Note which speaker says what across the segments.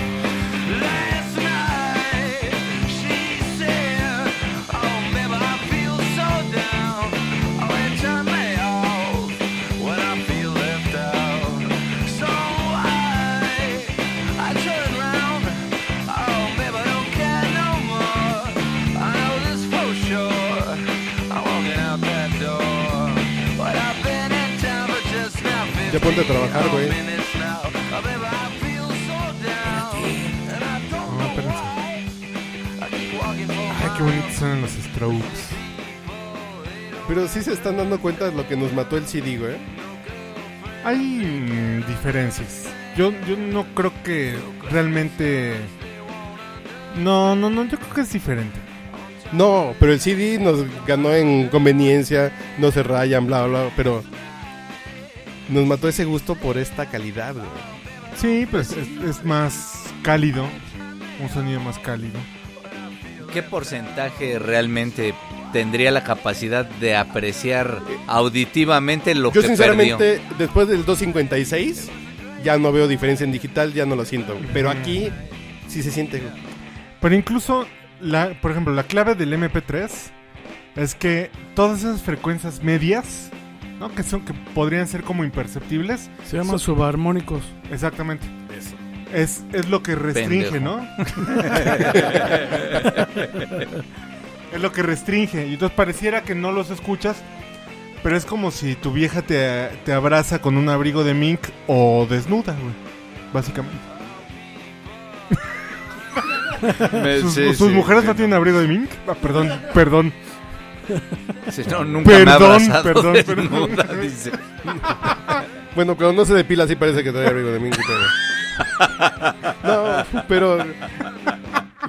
Speaker 1: "Oh, Oh,
Speaker 2: Ya ponte a trabajar, güey.
Speaker 1: Oh,
Speaker 3: No, espérense. Ay, qué bonitos son los Strokes.
Speaker 2: Pero sí se están dando cuenta de lo que nos mató el CD, güey.
Speaker 3: Hay mm, diferencias. Yo, yo no creo que realmente. No, no, no, yo creo que es diferente.
Speaker 2: No, pero el CD nos ganó en conveniencia, no se rayan, bla, bla, pero nos mató ese gusto por esta calidad, güey.
Speaker 3: Sí, pues es, es más cálido. Un sonido más cálido.
Speaker 1: ¿Qué porcentaje realmente tendría la capacidad de apreciar auditivamente lo
Speaker 2: Yo
Speaker 1: que
Speaker 2: sinceramente, después del 256, ya no veo diferencia en digital, ya no lo siento. güey. Pero aquí sí se siente. güey.
Speaker 3: Pero incluso, la, por ejemplo, la clave del MP3 es que todas esas frecuencias medias, ¿no? Que son que podrían ser como imperceptibles,
Speaker 4: Se llaman subarmónicos.
Speaker 3: exactamente. Es, es lo que restringe,
Speaker 1: Pendejo.
Speaker 3: ¿no? es lo que restringe. Y entonces pareciera que no los escuchas, pero es como si tu vieja te, te abraza con un abrigo de mink o desnuda, güey. Básicamente.
Speaker 1: perdió?
Speaker 3: ¿Sus,
Speaker 1: Eh, Sí,
Speaker 3: sus
Speaker 1: sí.
Speaker 3: mujeres no tienen abrigo de mink? Ah, perdón, perdón.
Speaker 1: Sí, no, nunca me ha
Speaker 3: Perdón,
Speaker 1: abrazado
Speaker 3: perdón,
Speaker 1: desnuda,
Speaker 3: perdón.
Speaker 1: dice.
Speaker 2: Bueno, cuando no se depila, sí parece que trae abrigo de mingo, pero... No, pero.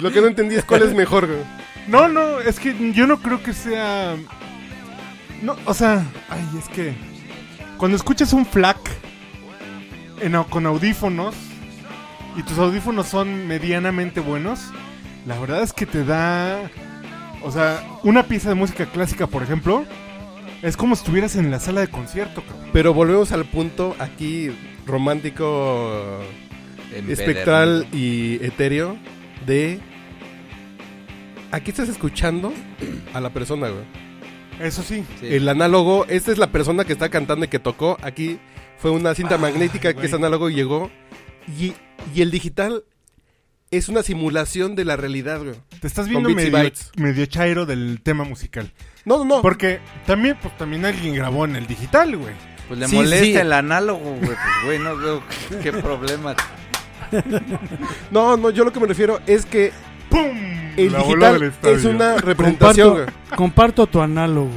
Speaker 2: Lo que no entendí es cuál es mejor, güey.
Speaker 3: No, no, es que yo no creo que sea. No, o sea, ay, es que. Cuando escuchas un flac en au- con audífonos y tus audífonos son medianamente buenos, la verdad es que te da. O sea, una pieza de música clásica, por ejemplo, es como si estuvieras en la sala de concierto, cabrón.
Speaker 2: Pero volvemos al punto aquí romántico, espectral y etéreo de... Aquí estás escuchando a la persona, güey.
Speaker 3: Eso sí.
Speaker 1: Sí.
Speaker 2: El análogo, esta es la persona que está cantando y que tocó. Aquí fue una cinta magnética que
Speaker 3: güey.
Speaker 2: es análogo y llegó. Y, y el digital es una simulación de la realidad, güey.
Speaker 3: Te estás
Speaker 2: Con
Speaker 3: viendo
Speaker 2: Beats y
Speaker 3: medio,
Speaker 2: Bytes.
Speaker 3: medio chairo del tema musical.
Speaker 2: No, no, no.
Speaker 3: Porque también, pues, también alguien grabó en el digital, güey.
Speaker 1: Pues le
Speaker 2: Sí,
Speaker 1: molesta
Speaker 2: sí.
Speaker 1: el análogo, güey. Pues, güey, no veo qué- qué problema.
Speaker 2: No, no, yo lo que me refiero es que
Speaker 3: ¡Pum!
Speaker 2: el
Speaker 3: La bola del
Speaker 2: digital es
Speaker 3: estadio.
Speaker 2: una representación,
Speaker 4: Comparto,
Speaker 2: güey.
Speaker 4: comparto tu análogo.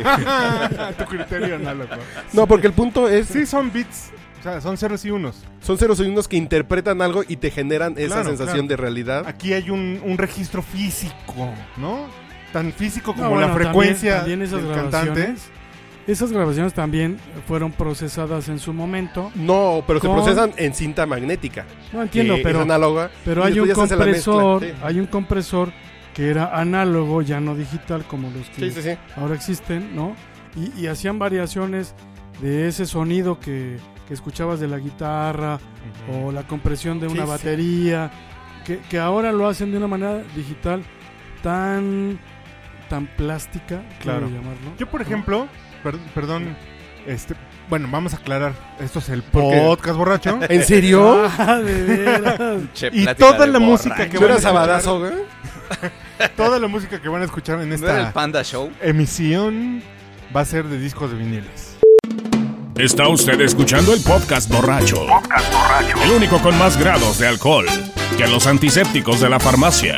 Speaker 3: tu criterio análogo.
Speaker 2: No, porque el punto es...
Speaker 3: Sí, son bits. O sea, son ceros y unos.
Speaker 2: Son seres unos que interpretan algo y te generan esa
Speaker 3: Claro,
Speaker 2: sensación
Speaker 3: claro.
Speaker 2: de realidad.
Speaker 3: Aquí hay un, un registro físico, ¿no? Tan físico como
Speaker 4: No, bueno,
Speaker 3: la
Speaker 4: también-
Speaker 3: frecuencia
Speaker 4: también esas
Speaker 3: del cantante.
Speaker 4: grabaciones. Esas grabaciones también fueron procesadas en su momento.
Speaker 2: No, pero se
Speaker 4: Con-
Speaker 2: procesan en cinta magnética.
Speaker 4: No entiendo,
Speaker 2: que es
Speaker 4: pero,
Speaker 2: análoga.
Speaker 4: pero
Speaker 2: y
Speaker 4: hay un
Speaker 2: después ya se hace la mezcla,
Speaker 4: compresor,
Speaker 2: sí.
Speaker 4: hay un compresor que era análogo, ya no digital como los
Speaker 2: Sí,
Speaker 4: que
Speaker 2: sí, sí.
Speaker 4: ahora existen, ¿no? Y, y hacían variaciones de ese sonido que, que escuchabas de la guitarra o la compresión de
Speaker 2: Sí,
Speaker 4: una
Speaker 2: sí.
Speaker 4: batería, que, que ahora lo hacen de una manera digital tan tan plástica,
Speaker 3: Claro.
Speaker 4: claro. llamarlo.
Speaker 3: Yo, por ejemplo, per- perdón, este, bueno, vamos a aclarar. Esto es el
Speaker 2: qué?
Speaker 3: podcast borracho.
Speaker 2: ¿En serio?
Speaker 4: Ah, de veras.
Speaker 1: Che,
Speaker 3: Y
Speaker 1: plática
Speaker 3: toda
Speaker 1: de
Speaker 3: la música
Speaker 1: borracho.
Speaker 3: que
Speaker 2: ¿Tú
Speaker 3: van a
Speaker 2: eras
Speaker 3: escuchar,
Speaker 2: sabadazo, ¿eh? güey?
Speaker 3: toda la música que van a escuchar en
Speaker 1: ¿No era el
Speaker 3: esta
Speaker 1: Panda Show?
Speaker 3: emisión va a ser de discos de viniles.
Speaker 5: Está usted escuchando el podcast borracho. El único con más grados de alcohol que los antisépticos de la farmacia.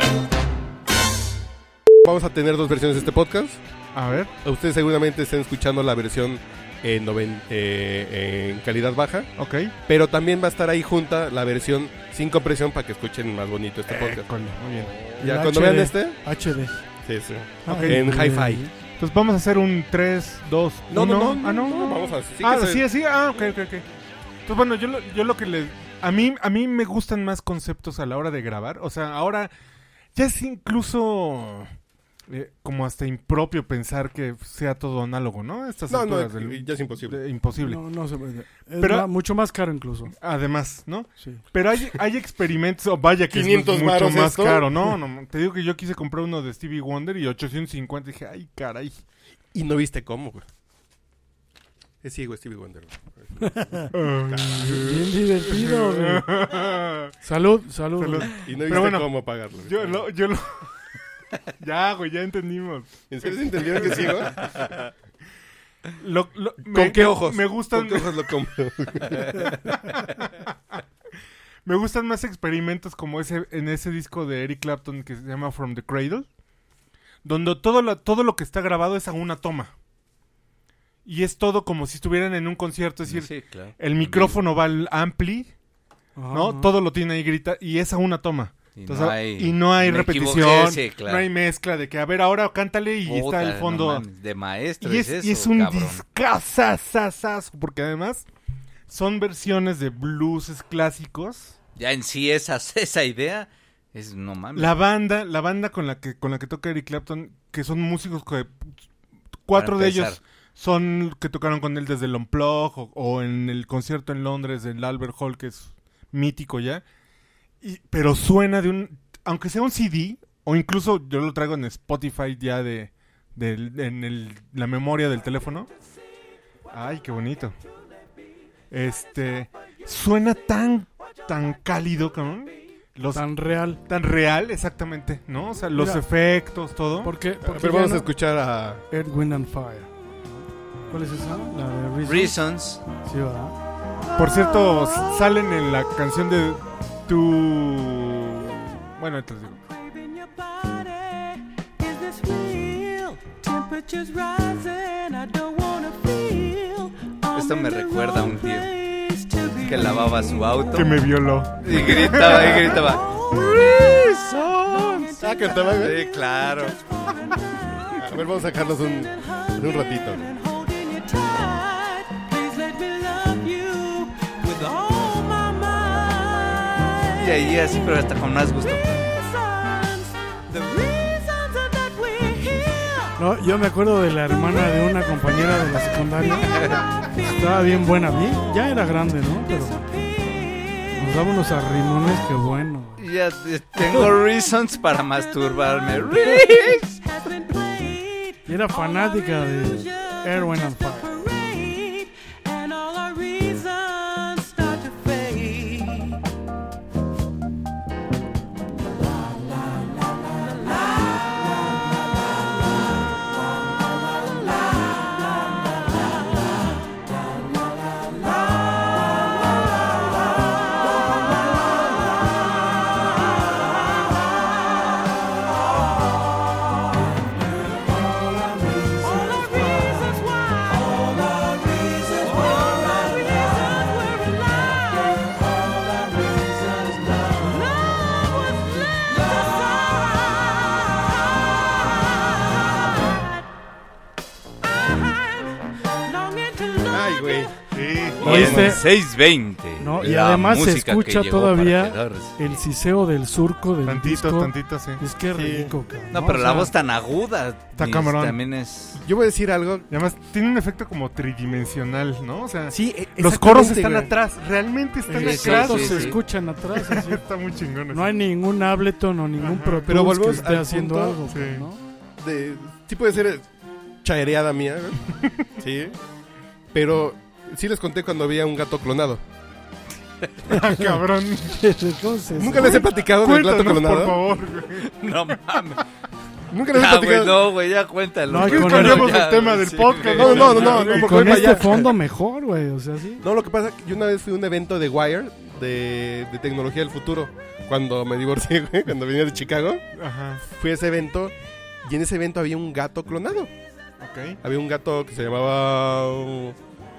Speaker 2: Vamos a tener dos versiones de este podcast.
Speaker 3: A ver,
Speaker 2: Ustedes seguramente estén escuchando la versión en, noven- eh, en calidad baja.
Speaker 3: Ok.
Speaker 2: Pero también va a estar ahí junta la versión sin compresión para que escuchen más bonito
Speaker 3: Eh,
Speaker 2: este podcast.
Speaker 3: École, muy bien.
Speaker 2: ya
Speaker 4: El
Speaker 2: cuando
Speaker 4: HD,
Speaker 2: vean este,
Speaker 4: HD.
Speaker 2: sí, sí.
Speaker 3: Ok.
Speaker 2: en
Speaker 4: Eh,
Speaker 2: hi-fi.
Speaker 3: Entonces Pues vamos a hacer un 3, 2,
Speaker 2: No,
Speaker 3: 1.
Speaker 2: no, no,
Speaker 3: ah, no,
Speaker 2: no, vamos a- sí que
Speaker 3: ah,
Speaker 2: se-
Speaker 3: sí, sí, ah, ok, ok, ok. Entonces, bueno, yo lo, yo lo que le... A mí, a mí me gustan más conceptos a la hora de grabar. O sea, ahora ya es incluso eh, como hasta impropio pensar que sea todo análogo, ¿no? A Estas
Speaker 2: No, no,
Speaker 3: alturas del-
Speaker 2: ya es imposible.
Speaker 3: de- imposible.
Speaker 4: No, no se puede. Es
Speaker 3: Pero-
Speaker 4: ma- mucho más caro incluso.
Speaker 3: Además, ¿no?
Speaker 4: Sí.
Speaker 3: Pero hay, hay experimentos, oh, vaya que
Speaker 2: 500
Speaker 3: es mucho
Speaker 2: varos
Speaker 3: más
Speaker 2: esto.
Speaker 3: caro. No, no, te digo que yo quise comprar uno de Stevie Wonder y 850 dije, ay, caray.
Speaker 2: Y no viste cómo, güey. Es ciego Stevie Wonder. güey.
Speaker 4: Bien divertido, güey. Salud, salud.
Speaker 3: Salud.
Speaker 4: güey.
Speaker 2: Y no viste
Speaker 3: Pero bueno,
Speaker 2: cómo pagarlo. güey.
Speaker 3: Yo lo, yo lo... ya, güey, ya entendimos.
Speaker 2: ¿En serio se entendieron que es ciego?
Speaker 3: Lo- lo-
Speaker 2: ¿Con
Speaker 3: me-
Speaker 2: qué ojos?
Speaker 3: Me
Speaker 2: ¿Con
Speaker 3: gustan,
Speaker 2: qué ojos lo compro?
Speaker 3: me gustan más experimentos como ese en ese disco de Eric Clapton que se llama From the Cradle, donde todo lo, todo lo que está grabado es a una toma. Y es todo como si estuvieran en un concierto, es decir,
Speaker 1: Sí, claro.
Speaker 3: el micrófono va al ampli,
Speaker 4: Ajá,
Speaker 3: ¿no?
Speaker 4: ajá.
Speaker 3: Todo lo tiene ahí grita y es a una toma.
Speaker 1: Y
Speaker 3: Entonces,
Speaker 1: no hay-
Speaker 3: y no hay
Speaker 1: me
Speaker 3: repetición,
Speaker 1: equivoqué, sí, claro.
Speaker 3: no hay mezcla de que, a ver, ahora cántale y
Speaker 1: Puta,
Speaker 3: está el
Speaker 1: no
Speaker 3: fondo.
Speaker 1: mames, de maestro.
Speaker 3: y, es, y es
Speaker 1: eso,
Speaker 3: un
Speaker 1: cabrón.
Speaker 3: discazazazazo, porque además son versiones de blues clásicos.
Speaker 1: Ya en sí esa, esa idea es no mames.
Speaker 3: La banda, la banda con la que con la que toca Eric Clapton, que son músicos que cuatro
Speaker 1: Para
Speaker 3: de
Speaker 1: empezar.
Speaker 3: ellos son que tocaron con él desde el Unplug o, o en el concierto en Londres del Albert Hall que es mítico ya. Y- pero suena de un aunque sea un CD o incluso yo lo traigo en Spotify ya de, del- en el- la memoria del teléfono. Ay, qué bonito. Este suena tan tan cálido, cabrón. Los
Speaker 4: Tan real.
Speaker 3: tan real, exactamente, ¿no? O sea, los
Speaker 4: Mira.
Speaker 3: efectos, todo.
Speaker 4: Porque, porque
Speaker 2: Pero vamos a
Speaker 4: ya
Speaker 2: escuchar a...
Speaker 4: no- Earth, Wind and Fire. ¿Cuál es esa? La de Reason.
Speaker 1: Reasons.
Speaker 4: Sí, ¿verdad?
Speaker 3: Por cierto, s- salen en la canción de tu... Bueno, entonces digo.
Speaker 6: in your body. Is this real? Temperatures rising. I don't wanna feel. I'm
Speaker 1: Esto me
Speaker 6: in the
Speaker 1: recuerda a un
Speaker 6: wrong
Speaker 1: tío
Speaker 6: place to be.
Speaker 1: Que lavaba su auto.
Speaker 3: Que me violó.
Speaker 1: Y gritaba, y gritaba. Reasons.
Speaker 2: Ah, cantaba, güey.
Speaker 1: Sí, claro.
Speaker 2: A ver, vamos a sacarlos un, un ratito.
Speaker 6: And holding you tight. Please let me love you with all my mind.
Speaker 1: Y ahí así, pero hasta con más gusto.
Speaker 6: Reasons, the reasons that we're here.
Speaker 4: No, yo me acuerdo de la hermana de una compañera de la secundaria. Estaba bien buena. Bien, Ya era grande, ¿no? Pero nos daba unos arrimones que bueno. güey.
Speaker 1: Ya te- tengo reasons para masturbarme. Reasons.
Speaker 4: Y era fanática de Earth, Wind and Fire.
Speaker 2: Ay, güey.
Speaker 1: Y en
Speaker 4: ¿Oíste?
Speaker 1: 620.
Speaker 4: No, y
Speaker 1: la
Speaker 4: además se
Speaker 1: música que
Speaker 4: escucha
Speaker 1: llegó
Speaker 4: todavía eh,
Speaker 1: para quedarse.
Speaker 4: el siseo del surco del
Speaker 3: Tantito,
Speaker 4: disco.
Speaker 3: tantito, sí.
Speaker 4: Es que
Speaker 3: Sí.
Speaker 4: rico, cabrón.
Speaker 1: No, pero
Speaker 4: O
Speaker 1: la
Speaker 4: sea,
Speaker 1: voz tan aguda. Está
Speaker 3: cabrón.
Speaker 1: También es.
Speaker 2: Yo voy a decir algo.
Speaker 3: Y además tiene un efecto como tridimensional, ¿no? O sea,
Speaker 2: Sí, e-
Speaker 3: los
Speaker 2: exactamente,
Speaker 3: coros están
Speaker 2: güey.
Speaker 3: atrás. Realmente están
Speaker 4: Los
Speaker 1: Sí, sí,
Speaker 3: atrás.
Speaker 4: gatos
Speaker 1: sí,
Speaker 4: se
Speaker 1: sí.
Speaker 4: escuchan atrás. así.
Speaker 3: Está muy chingón.
Speaker 4: No hay ningún Ableton o ningún
Speaker 3: Ajá.
Speaker 4: Pro
Speaker 2: Pero
Speaker 4: Tools que
Speaker 2: volvemos
Speaker 4: esté
Speaker 2: al
Speaker 4: haciendo
Speaker 2: punto,
Speaker 4: algo.
Speaker 3: sí.
Speaker 4: cabrón, ¿no?
Speaker 2: De, sí puede ser eh, chaereada mía, güey. Sí. Pero sí les conté cuando había un gato clonado.
Speaker 3: así. Ah, cabrón.
Speaker 4: Entonces,
Speaker 2: Nunca les he platicado del gato
Speaker 3: Cuéntanos, por
Speaker 2: clonado.
Speaker 3: favor. Ah, güey.
Speaker 1: No mames.
Speaker 2: Nunca les he
Speaker 1: Ya, güey,
Speaker 2: platicado.
Speaker 1: no, güey, ya cuéntalo.
Speaker 4: No,
Speaker 1: güey.
Speaker 4: que
Speaker 1: Ya,
Speaker 4: cambiamos
Speaker 1: ya,
Speaker 3: el tema
Speaker 1: güey,
Speaker 3: del
Speaker 1: sí,
Speaker 3: podcast.
Speaker 1: güey.
Speaker 2: No, no, no, no.
Speaker 4: y
Speaker 2: voy
Speaker 4: con
Speaker 2: para
Speaker 4: este
Speaker 2: allá.
Speaker 4: fondo mejor, güey. O sea, sí.
Speaker 2: No, lo que pasa es que yo una vez fui a un evento de Wire de, de tecnología del futuro. Cuando me divorcié, güey, cuando venía de Chicago,
Speaker 3: Ajá,
Speaker 2: fui a ese evento y en ese evento había un gato clonado.
Speaker 3: ok.
Speaker 2: Había un gato que se llamaba uh,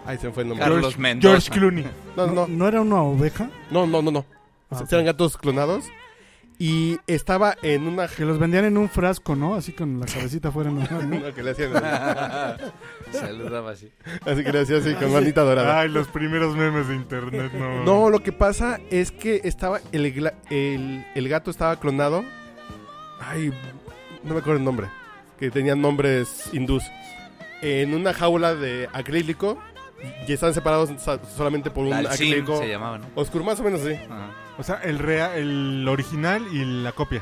Speaker 2: Ahí se me fue el nombre.
Speaker 1: Carlos
Speaker 3: George,
Speaker 1: Mendoza.
Speaker 3: George Clooney.
Speaker 2: No, no, no.
Speaker 4: ¿No era una oveja?
Speaker 2: No, no, no, no. O sea,
Speaker 4: Ah, ok.
Speaker 2: Eran gatos clonados. Y estaba en una...
Speaker 4: Que los vendían en un frasco, ¿no? Así con la cabecita fuera. ¿no?
Speaker 2: No, que le hacían así,
Speaker 1: Saludaba así.
Speaker 2: así que le hacía así con manita dorada.
Speaker 3: Ay, los primeros memes de internet, no.
Speaker 2: No, lo que pasa es que estaba el, gla- el, el gato estaba clonado. Ay, no me acuerdo el nombre. Que tenían nombres hindús. En una jaula de acrílico. Y estaban separados sa- solamente por un
Speaker 1: Dalsim
Speaker 2: acrílico.
Speaker 1: se llamaba, ¿no?
Speaker 2: Oscuro, más o menos así.
Speaker 1: Ajá.
Speaker 3: O sea, el, rea- el original y la copia.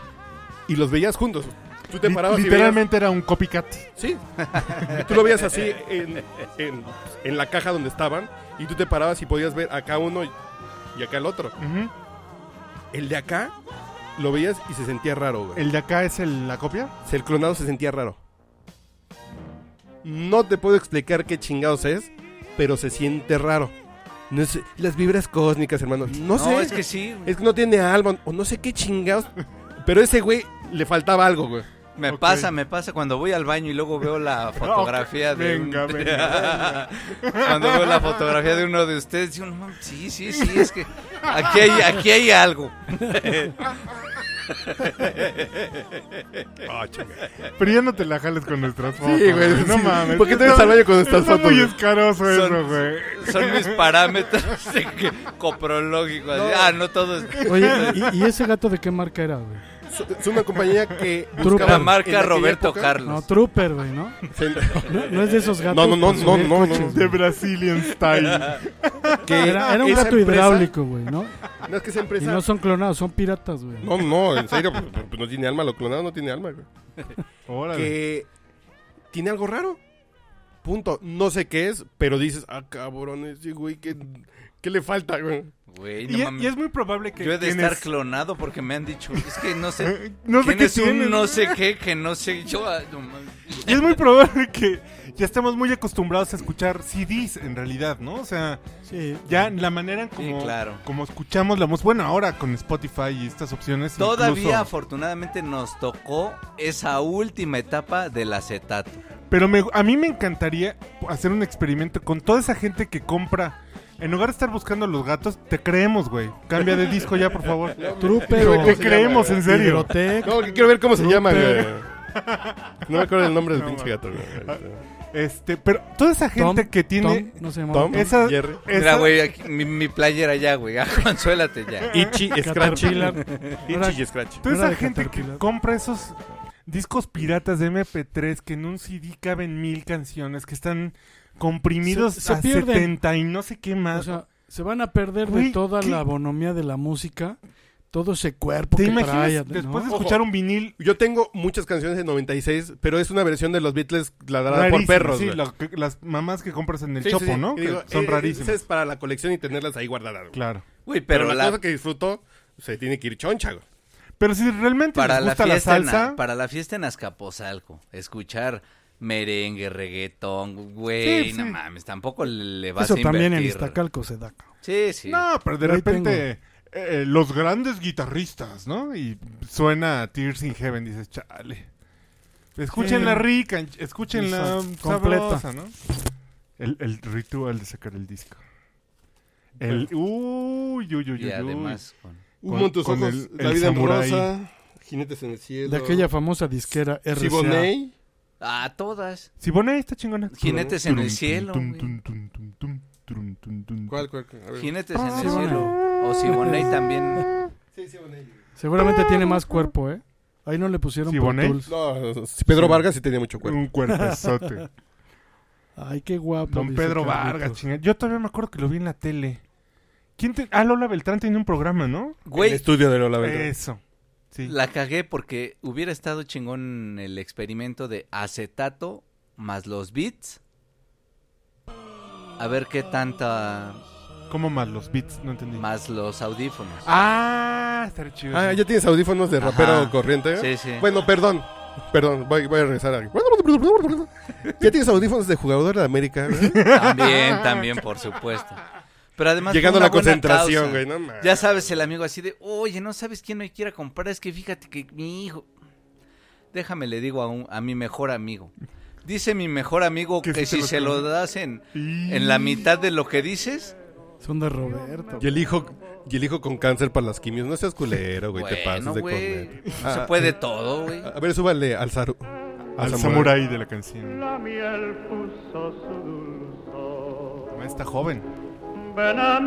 Speaker 2: Y los veías juntos. Tú te
Speaker 3: Li-
Speaker 2: parabas y
Speaker 3: Literalmente era un copycat.
Speaker 2: Sí. tú lo veías así en, en- en la caja donde estaban y tú te parabas y podías ver acá uno y, y acá el otro.
Speaker 3: Ujú.
Speaker 2: El de acá lo veías y se sentía raro, güey.
Speaker 3: El de acá es el- la copia.
Speaker 2: El, clonado se sentía raro. No te puedo explicar qué chingados es, pero se siente raro. No sé, las vibras cósmicas, hermano. No,
Speaker 1: No,
Speaker 2: sé.
Speaker 1: es que sí.
Speaker 2: Es que no tiene alma o no sé qué chingados. Pero ese güey le faltaba algo, güey.
Speaker 1: Me
Speaker 3: Ok.
Speaker 1: pasa, me pasa cuando voy al baño y luego veo la fotografía
Speaker 3: ok.
Speaker 1: de. un-
Speaker 3: Venga, venga,
Speaker 1: cuando veo la fotografía de uno de ustedes, digo, no mames, sí, sí, sí, es que aquí hay, aquí hay algo.
Speaker 2: Ah,
Speaker 3: Pero ya no te la jales con nuestras fotos.
Speaker 2: güey,
Speaker 3: güey, No
Speaker 2: sí.
Speaker 3: mames.
Speaker 2: ¿Por qué te ves al baño con nuestras
Speaker 3: Está
Speaker 2: fotos,
Speaker 3: muy
Speaker 2: güey?
Speaker 3: escaroso eso,
Speaker 1: Son-
Speaker 3: güey.
Speaker 1: Son mis parámetros de que- coprológicos. así, Ah, no todo es.
Speaker 4: Oye, ¿y, y ese gato de qué marca era, güey?
Speaker 2: Es- Es una compañía que
Speaker 4: Trupa.
Speaker 2: buscaba
Speaker 1: La
Speaker 2: en
Speaker 1: marca
Speaker 2: aquella
Speaker 1: Roberto
Speaker 2: época-
Speaker 4: No,
Speaker 1: Carlos.
Speaker 4: Trooper, güey, ¿no?
Speaker 2: se-
Speaker 4: No, no es de esos gatos.
Speaker 2: No, no, no,
Speaker 4: para
Speaker 2: no,
Speaker 4: subir
Speaker 2: no, no,
Speaker 4: coches,
Speaker 3: De
Speaker 4: güey.
Speaker 3: Brazilian Style.
Speaker 2: que
Speaker 4: Era, era un
Speaker 2: esa
Speaker 4: gato
Speaker 2: empresa-
Speaker 4: hidráulico, güey, ¿no?
Speaker 2: No es que esa
Speaker 4: Y
Speaker 2: empresa.
Speaker 4: no son clonados, son piratas, güey.
Speaker 2: No, no, en serio, pues, pues, pues, no tiene alma, lo clonado no tiene alma, güey.
Speaker 3: Órale.
Speaker 2: Que tiene algo raro. Punto. No sé qué es, pero dices, ah, cabrones, sí, güey, ¿qué, qué le falta, güey?
Speaker 1: Güey, no
Speaker 3: Y,
Speaker 1: mames.
Speaker 3: y es muy probable que
Speaker 1: Yo he de
Speaker 3: tienes-
Speaker 1: estar clonado porque me han dicho, es que no sé.
Speaker 3: No sé qué
Speaker 1: tienes un
Speaker 3: tienes.
Speaker 1: no sé qué, que no sé. Yo, ah, no mames.
Speaker 3: Y es muy probable que ya estemos muy acostumbrados a escuchar CDs en realidad, ¿no? O sea,
Speaker 4: Sí.
Speaker 3: ya la manera en como,
Speaker 1: Sí, claro.
Speaker 3: como escuchamos la música. Bueno, ahora con Spotify y estas opciones.
Speaker 1: Todavía
Speaker 3: incluso-
Speaker 1: afortunadamente nos tocó esa última etapa del acetato.
Speaker 3: Pero me- a mí me encantaría hacer un experimento con toda esa gente que compra. En lugar de estar buscando a los gatos, te creemos, güey. Cambia de disco ya, por favor.
Speaker 4: Trooper o
Speaker 3: Te creemos, en serio.
Speaker 4: Hidrotec.
Speaker 2: No, que quiero ver cómo se llama, güey. No me acuerdo el nombre del pinche gato, güey.
Speaker 3: Este, pero toda esa gente
Speaker 4: Tom,
Speaker 3: que tiene
Speaker 4: Tom, no se llamaba
Speaker 2: Tom,
Speaker 3: esa-
Speaker 2: Jerry.
Speaker 3: esa-
Speaker 1: Mira, güey, aquí- mi, mi playera ya, güey. ya, Consuélate ya.
Speaker 2: Ichi, Scratch.
Speaker 4: Caterpillar.
Speaker 2: Ichi y Scratch.
Speaker 3: Toda
Speaker 4: No era
Speaker 3: esa
Speaker 4: de
Speaker 3: gente que
Speaker 4: Caterpillar.
Speaker 3: compra esos discos piratas de MP3 que en un CD caben mil canciones, que están comprimidos
Speaker 4: Se- se
Speaker 3: a
Speaker 4: pierden.
Speaker 3: 70 y no sé qué más.
Speaker 4: O sea, se van a perder
Speaker 3: Güey,
Speaker 4: de toda
Speaker 3: ¿qué?
Speaker 4: la bonomía de la música, todo ese cuerpo
Speaker 3: ¿Te
Speaker 4: que
Speaker 3: imaginas
Speaker 4: trae,
Speaker 3: después de
Speaker 4: ¿no?
Speaker 3: escuchar un vinil?
Speaker 2: Yo tengo muchas canciones de 96, pero es una versión de los Beatles ladrada
Speaker 3: rarísimo,
Speaker 2: por perros.
Speaker 3: sí,
Speaker 2: güey.
Speaker 3: lo que- las mamás que compras en el
Speaker 2: Sí, sí,
Speaker 3: chopo,
Speaker 2: sí.
Speaker 3: ¿no?
Speaker 2: Y
Speaker 3: Que
Speaker 2: digo,
Speaker 3: son
Speaker 2: eh,
Speaker 3: rarísimas.
Speaker 2: Esa es para la colección y tenerlas ahí guardadas. güey.
Speaker 3: Claro.
Speaker 1: Güey, pero,
Speaker 2: Pero, la,
Speaker 1: la,
Speaker 2: cosa que disfruto se tiene que ir choncha, güey.
Speaker 3: Pero si realmente
Speaker 1: para
Speaker 3: les
Speaker 1: la
Speaker 3: gusta la,
Speaker 1: fiesta, en a-
Speaker 3: salsa,
Speaker 1: para la fiesta en Azcapotzalco, escuchar merengue, reggaetón,
Speaker 3: Sí,
Speaker 1: güey,
Speaker 3: sí.
Speaker 1: no mames, tampoco le vas
Speaker 4: Eso
Speaker 1: a invertir.
Speaker 4: también en Iztacalco se da. cabrón.
Speaker 1: Sí, sí.
Speaker 3: no, pero de
Speaker 4: Ahí
Speaker 3: repente eh, los grandes guitarristas, ¿no? Y suena Tears in Heaven, dices, chale. Escúchenla
Speaker 4: Sí.
Speaker 3: rica, escúchenla
Speaker 4: Esa,
Speaker 3: completa,
Speaker 4: completa.
Speaker 3: ¿no? El, el ritual de sacar el disco. El uy, uy, uy, uy.
Speaker 1: Y
Speaker 3: uy.
Speaker 1: además, con-
Speaker 2: Humo en tus
Speaker 3: con
Speaker 2: ojos,
Speaker 3: el-
Speaker 2: la
Speaker 3: el
Speaker 2: vida en
Speaker 3: samurái.
Speaker 2: rosa, jinetes en el cielo.
Speaker 4: De aquella famosa disquera RCA.
Speaker 2: Siboney.
Speaker 1: Ah, todas.
Speaker 3: Siboney está chingona.
Speaker 1: Jinetes en el
Speaker 3: Tum,
Speaker 1: cielo,
Speaker 3: tum,
Speaker 1: güey.
Speaker 3: tum, tum, tum, tum, tum, tum, tum.
Speaker 2: ¿Cuál, cuál? cuál? A ver.
Speaker 1: Jinetes
Speaker 3: Ah,
Speaker 1: en el
Speaker 4: Sí, bueno.
Speaker 1: cielo. O Siboney también.
Speaker 2: Sí, Siboney.
Speaker 4: Seguramente tiene más cuerpo, ¿eh? Ahí no le pusieron
Speaker 3: Sí,
Speaker 4: Pro
Speaker 3: Bonet.
Speaker 4: Tools.
Speaker 2: No, sí, Pedro Vargas sí tenía mucho cuerpo.
Speaker 3: Un cuerpezote.
Speaker 4: Ay, qué guapo.
Speaker 3: Don
Speaker 4: dice
Speaker 3: Pedro
Speaker 4: Carlitos.
Speaker 3: Vargas, chingada. Yo todavía me acuerdo que lo vi en la tele. ¿Quién te... Ah, Lola Beltrán tenía un programa, ¿no?
Speaker 2: El
Speaker 1: Güey,
Speaker 2: estudio de Lola Beltrán.
Speaker 3: Eso. Sí.
Speaker 1: la cagué porque hubiera estado chingón el experimento de acetato más los beats. A ver qué tanta
Speaker 3: ¿Cómo más los beats? No entendí.
Speaker 1: más los audífonos.
Speaker 3: Ah, estaría chido.
Speaker 2: Ah, ya tienes audífonos de rapero
Speaker 1: Ajá.
Speaker 2: corriente.
Speaker 1: Sí, sí.
Speaker 2: Bueno, perdón. Perdón, voy, voy a regresar a... Ya tienes audífonos de jugador de América, güey.
Speaker 1: También, también, por supuesto. Pero además fue
Speaker 2: Llegando a
Speaker 1: una
Speaker 2: la
Speaker 1: buena
Speaker 2: concentración,
Speaker 1: causa.
Speaker 2: güey. no mames.
Speaker 1: Ya sabes, el amigo así de, oye, no sabes quién me quiera comprar, es que fíjate que mi hijo. Déjame le digo a, un- a mi mejor amigo. Dice mi mejor amigo
Speaker 3: Que
Speaker 1: que,
Speaker 3: sí
Speaker 1: si
Speaker 3: te
Speaker 1: se
Speaker 3: lo
Speaker 1: lo das en, en la mitad de lo que dices,
Speaker 4: Son de Roberto.
Speaker 2: Y el hijo, y el hijo con cáncer para las quimios. No seas culero, güey. te
Speaker 1: bueno,
Speaker 2: pasas de
Speaker 1: güey,
Speaker 2: comer.
Speaker 1: no se
Speaker 2: Ah,
Speaker 1: puede todo, güey.
Speaker 2: A ver, súbale al, zaru-
Speaker 3: Al samurái de la canción.
Speaker 7: La miel puso su dulzor.
Speaker 3: Está joven.
Speaker 7: Ven a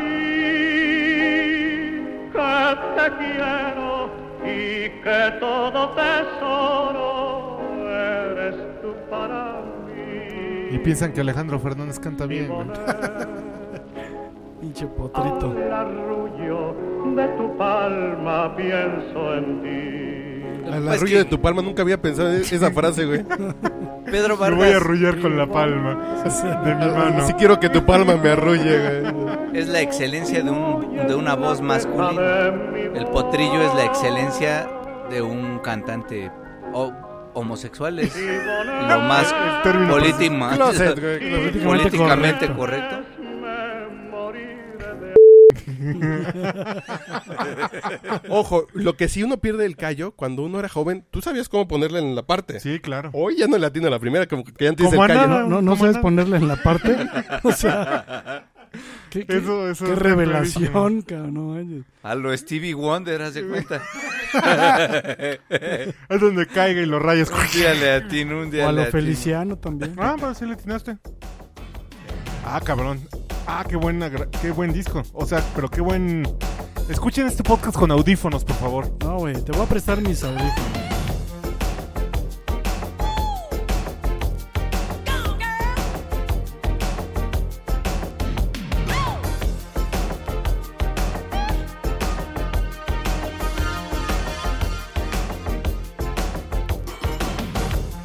Speaker 7: mí, que te quiero y que todo tesoro eres tú para mí.
Speaker 3: Y piensan que Alejandro Fernández canta bien. güey.
Speaker 4: Pinche potrito.
Speaker 7: Al arrullo de tu palma pienso en ti.
Speaker 2: Al
Speaker 1: Pues
Speaker 2: arrullo
Speaker 1: que-
Speaker 2: de tu palma nunca había pensado en esa frase, güey.
Speaker 1: Pedro
Speaker 3: Me voy a
Speaker 1: Vargas
Speaker 3: arrullar con la palma de mi mano.
Speaker 2: Si quiero que tu palma me arrulle, güey.
Speaker 1: es la excelencia de, un, de una voz masculina. El potrillo es la excelencia de un cantante o- homosexual. Es lo más
Speaker 3: El término
Speaker 1: político, más-
Speaker 2: Pues, Closet, güey,
Speaker 4: políticamente
Speaker 1: políticamente
Speaker 4: correcto.
Speaker 1: correcto.
Speaker 2: Ojo, lo que sí uno pierde el callo, cuando uno era joven, tú sabías cómo ponerle en la parte.
Speaker 3: Sí, claro.
Speaker 2: Hoy ya no le atino a la primera, como que antes
Speaker 3: Como
Speaker 2: el
Speaker 3: a
Speaker 2: callo.
Speaker 3: nada.
Speaker 2: ¿no?
Speaker 4: No, no, no
Speaker 3: ¿Cómo
Speaker 4: sabes
Speaker 3: no?
Speaker 4: ponerle en la parte. O sea. Qué, qué-
Speaker 3: Eso- eso
Speaker 4: qué
Speaker 3: está
Speaker 4: revelación, cabrón. no manches.
Speaker 1: A lo Stevie Wonder, haz de cuenta.
Speaker 3: Es donde caiga y los rayas.
Speaker 1: Un día le atino, un día
Speaker 4: O a
Speaker 1: le
Speaker 4: lo
Speaker 1: atino.
Speaker 4: Feliciano también.
Speaker 3: Ah, pues sí le atinaste. Ah, cabrón. Ah, qué, buena, gra- qué buen disco. O sea, pero qué buen... Escuchen este podcast con audífonos, por favor.
Speaker 4: No, güey, te voy a prestar mis audífonos.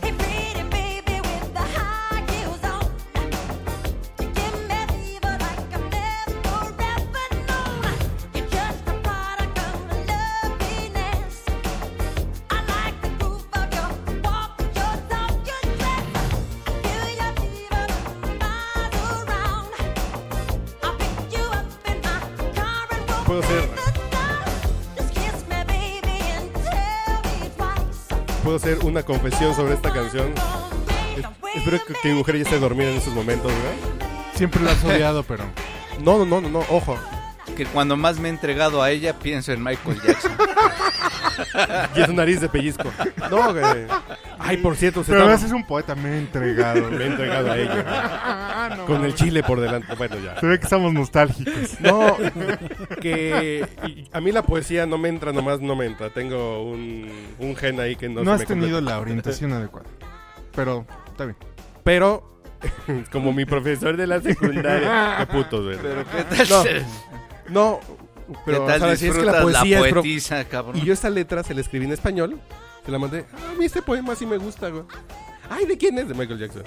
Speaker 8: Hey, pretty baby with the high heels on, you give me fever like I've never ever known. You're just a product of loveliness. I like the groove of your walk, your talk, your dress. I feel your fever miles around. I pick you up in my car and
Speaker 2: Puedo
Speaker 8: we'll
Speaker 2: ser-
Speaker 8: break the stars. Just kiss me, baby, and tell me twice.
Speaker 2: Puedo hacer una confesión sobre esta canción. Es- Espero que, que mi mujer ya esté dormida en estos momentos, ¿verdad?
Speaker 3: Siempre lo has odiado, pero...
Speaker 2: No, no, no, no, no, ojo.
Speaker 1: Que cuando más me he entregado a ella, pienso en Michael Jackson.
Speaker 2: Y es nariz de pellizco. No, güey. Ay, por cierto, se
Speaker 3: Pero
Speaker 2: está-
Speaker 3: además es un poeta, me he entregado.
Speaker 2: Me he entregado a ella.
Speaker 3: Ah, no.
Speaker 2: Con el chile por delante. Bueno, ya.
Speaker 3: Se ve que estamos nostálgicos.
Speaker 2: No, que y- a mí la poesía no me entra, nomás no me entra. Tengo un, un gen ahí que no, se
Speaker 3: No, has
Speaker 2: me
Speaker 3: tenido
Speaker 2: completa.
Speaker 3: la orientación adecuada. Pero está bien.
Speaker 2: Pero, como mi profesor de la secundaria. Qué puto, güey.
Speaker 1: Pero qué tal,
Speaker 2: No, No, pero
Speaker 1: ¿qué tal
Speaker 2: o sea, si es que la
Speaker 1: disfrutas la,
Speaker 2: poesía es pro-
Speaker 1: poetisa, cabrón?
Speaker 2: Y yo esta letra se la escribí en español. Se la mandé. "Ah, A mí este poema sí me gusta, güey. Ay, ¿de quién es? De Michael Jackson.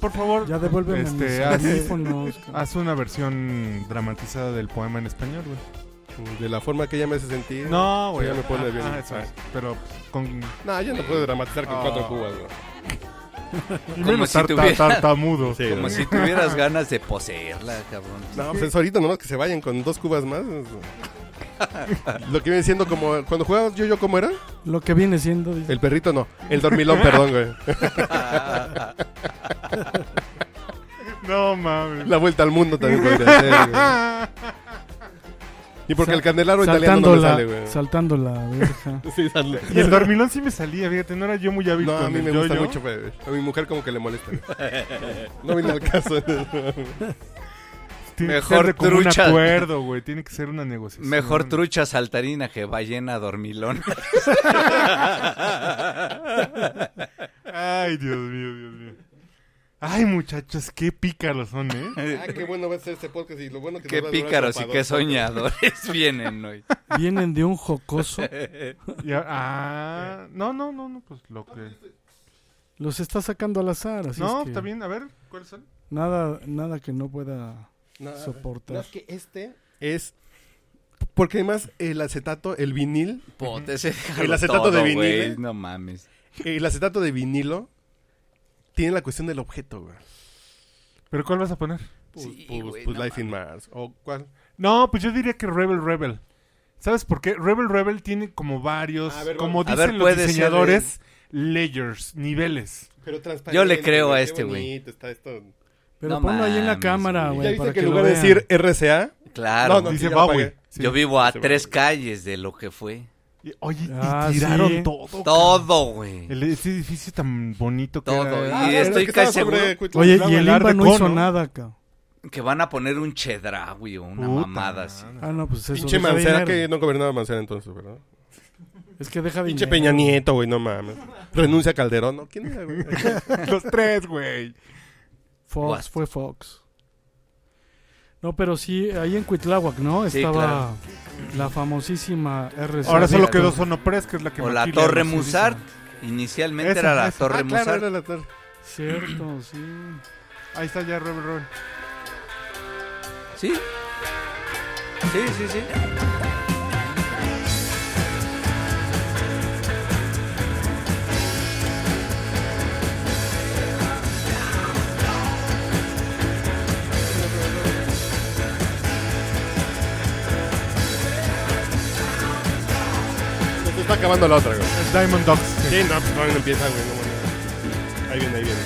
Speaker 3: Por favor,
Speaker 4: Ya devuélveme
Speaker 3: Este,
Speaker 4: mis
Speaker 2: ah,
Speaker 3: haz-
Speaker 4: audífonos. cabrón.
Speaker 3: haz una versión dramatizada del poema en español, güey.
Speaker 2: De la forma que ella me hace sentir.
Speaker 3: No,
Speaker 2: güey. Ya me pone bien. Ah.
Speaker 3: eso es. Pero con.
Speaker 2: No, yo no puedo dramatizar con
Speaker 3: Ah.
Speaker 2: cuatro cubas, güey.
Speaker 1: Como si tuviera-
Speaker 3: tartamudo.
Speaker 2: Sí,
Speaker 1: Como
Speaker 2: güey.
Speaker 1: si tuvieras ganas de poseerla, cabrón.
Speaker 2: No, pues ahorita nomás que se vayan con dos cubas más. Lo que viene siendo como. Cuando jugabas yo, yo, ¿cómo era?
Speaker 4: Lo que viene siendo. dice.
Speaker 2: El perrito no. El dormilón, perdón, güey.
Speaker 3: No mames.
Speaker 2: La vuelta al mundo también podría ser, güey. Y porque
Speaker 4: Sa-
Speaker 2: el candelabro italiano
Speaker 4: saltando,
Speaker 2: no me
Speaker 4: la,
Speaker 2: sale, güey.
Speaker 4: saltando la verja.
Speaker 2: Sí, sale.
Speaker 3: Y el dormilón sí me salía, fíjate, no era yo muy hábil
Speaker 2: No,
Speaker 3: con
Speaker 2: a mí
Speaker 3: el
Speaker 2: me gusta
Speaker 3: yo-yo.
Speaker 2: mucho, güey. A mi mujer como que le molesta. güey. No viene al caso.
Speaker 3: Tiene
Speaker 1: Mejor
Speaker 3: que ser de como
Speaker 1: trucha.
Speaker 3: un acuerdo, güey. Tiene que ser una negociación.
Speaker 1: Mejor trucha saltarina que ballena dormilón.
Speaker 3: Ay, Dios mío, Dios mío. Ay, muchachos, qué pícaros son, ¿eh?
Speaker 2: Ah, qué bueno va a ser este podcast y lo bueno que
Speaker 1: qué pícaros y qué soñadores vienen hoy.
Speaker 4: Vienen de un jocoso.
Speaker 3: Y a- ah, no, no, no, no, pues lo que.
Speaker 4: Los está sacando al azar. Así
Speaker 3: No,
Speaker 4: es que
Speaker 3: está bien, a ver, ¿cuáles son?
Speaker 4: Nada, nada que no pueda soportar.
Speaker 2: No, es que este es... Porque además el acetato, el vinil,
Speaker 1: Puta, ese
Speaker 2: El acetato de vinil,
Speaker 1: güey,
Speaker 2: ¿eh?
Speaker 1: No mames.
Speaker 2: el acetato de vinilo tiene la cuestión del objeto, güey.
Speaker 3: ¿Pero cuál vas a poner?
Speaker 2: Pues,
Speaker 1: Sí,
Speaker 2: pues,
Speaker 1: güey,
Speaker 2: pues
Speaker 1: no
Speaker 2: Life in Mars. ¿O cuál?
Speaker 3: No, pues yo diría que Rebel Rebel. ¿Sabes por qué? Rebel Rebel tiene como varios,
Speaker 2: A ver,
Speaker 3: como
Speaker 1: vamos. A
Speaker 3: dicen
Speaker 1: ver,
Speaker 3: los
Speaker 1: puede ser,
Speaker 3: diseñadores, layers, niveles.
Speaker 2: Pero transparente.
Speaker 1: Yo le creo a
Speaker 2: qué
Speaker 1: este, güey.
Speaker 2: bonito está esto.
Speaker 4: Pero
Speaker 1: No
Speaker 4: ponlo ahí en la
Speaker 1: mames,
Speaker 4: cámara,
Speaker 1: güey.
Speaker 2: ¿Ya
Speaker 4: güey.
Speaker 2: viste
Speaker 4: para
Speaker 2: que en
Speaker 4: lo
Speaker 2: lugar de
Speaker 4: vean.
Speaker 2: decir RCA?
Speaker 1: Claro.
Speaker 2: no,
Speaker 3: Dice
Speaker 2: que ya lo
Speaker 3: Bowie.
Speaker 2: apagué. Sí.
Speaker 1: Ah, Yo vivo a
Speaker 2: Dice
Speaker 1: tres
Speaker 2: Bowie.
Speaker 1: calles de lo que fue.
Speaker 3: Y- Oye, y
Speaker 4: Ah,
Speaker 3: tiraron
Speaker 4: sí.
Speaker 3: todo.
Speaker 1: Todo, güey.
Speaker 3: El, ese edificio tan bonito que
Speaker 1: Todo,
Speaker 3: era.
Speaker 1: y-
Speaker 2: Ah,
Speaker 1: estoy
Speaker 2: el que estaba
Speaker 1: casi
Speaker 2: sobre
Speaker 1: seguro.
Speaker 2: Cuitla-
Speaker 4: Oye,
Speaker 3: Claro,
Speaker 4: y el
Speaker 3: el Art
Speaker 4: IMBA no
Speaker 3: Deco,
Speaker 4: hizo
Speaker 3: ¿no?
Speaker 4: nada, cabrón.
Speaker 1: Que van a poner un chedra, güey, o una
Speaker 3: Puta
Speaker 1: mamada así.
Speaker 3: madre.
Speaker 4: Ah, no, pues eso.
Speaker 2: Pinche
Speaker 4: deja
Speaker 2: Mancera
Speaker 4: dinero.
Speaker 2: que no gobernaba Mancera entonces, ¿verdad?
Speaker 4: Es que deja
Speaker 2: Pinche
Speaker 4: dinero.
Speaker 2: Peña Nieto, güey, no mames. Renuncia a Calderón, ¿no? pues, ¿Quién era, güey?
Speaker 3: Los tres, güey.
Speaker 4: Fox,
Speaker 1: What?
Speaker 4: fue Fox. No, pero sí, ahí en Cuitláhuac, ¿no?
Speaker 1: Sí,
Speaker 4: Estaba la famosísima RCA.
Speaker 3: Ahora solo
Speaker 4: Víctor.
Speaker 3: quedó Sonopress, que es la que
Speaker 1: O la
Speaker 3: maquila
Speaker 1: Torre
Speaker 3: los
Speaker 1: Musart.
Speaker 3: edificios.
Speaker 1: Inicialmente
Speaker 3: Esa,
Speaker 1: era la
Speaker 3: esa.
Speaker 1: Torre
Speaker 2: Ah, claro,
Speaker 1: Musart.
Speaker 2: era la torre.
Speaker 4: Cierto, sí.
Speaker 3: Ahí está ya Rebel Rebel.
Speaker 1: Sí. Sí, sí, sí.
Speaker 2: Se está acabando la otra, güey.
Speaker 3: Es Diamond Dogs.
Speaker 2: Sí, no, pues todavía no empieza, güey. No, mames. Ahí viene, ahí viene.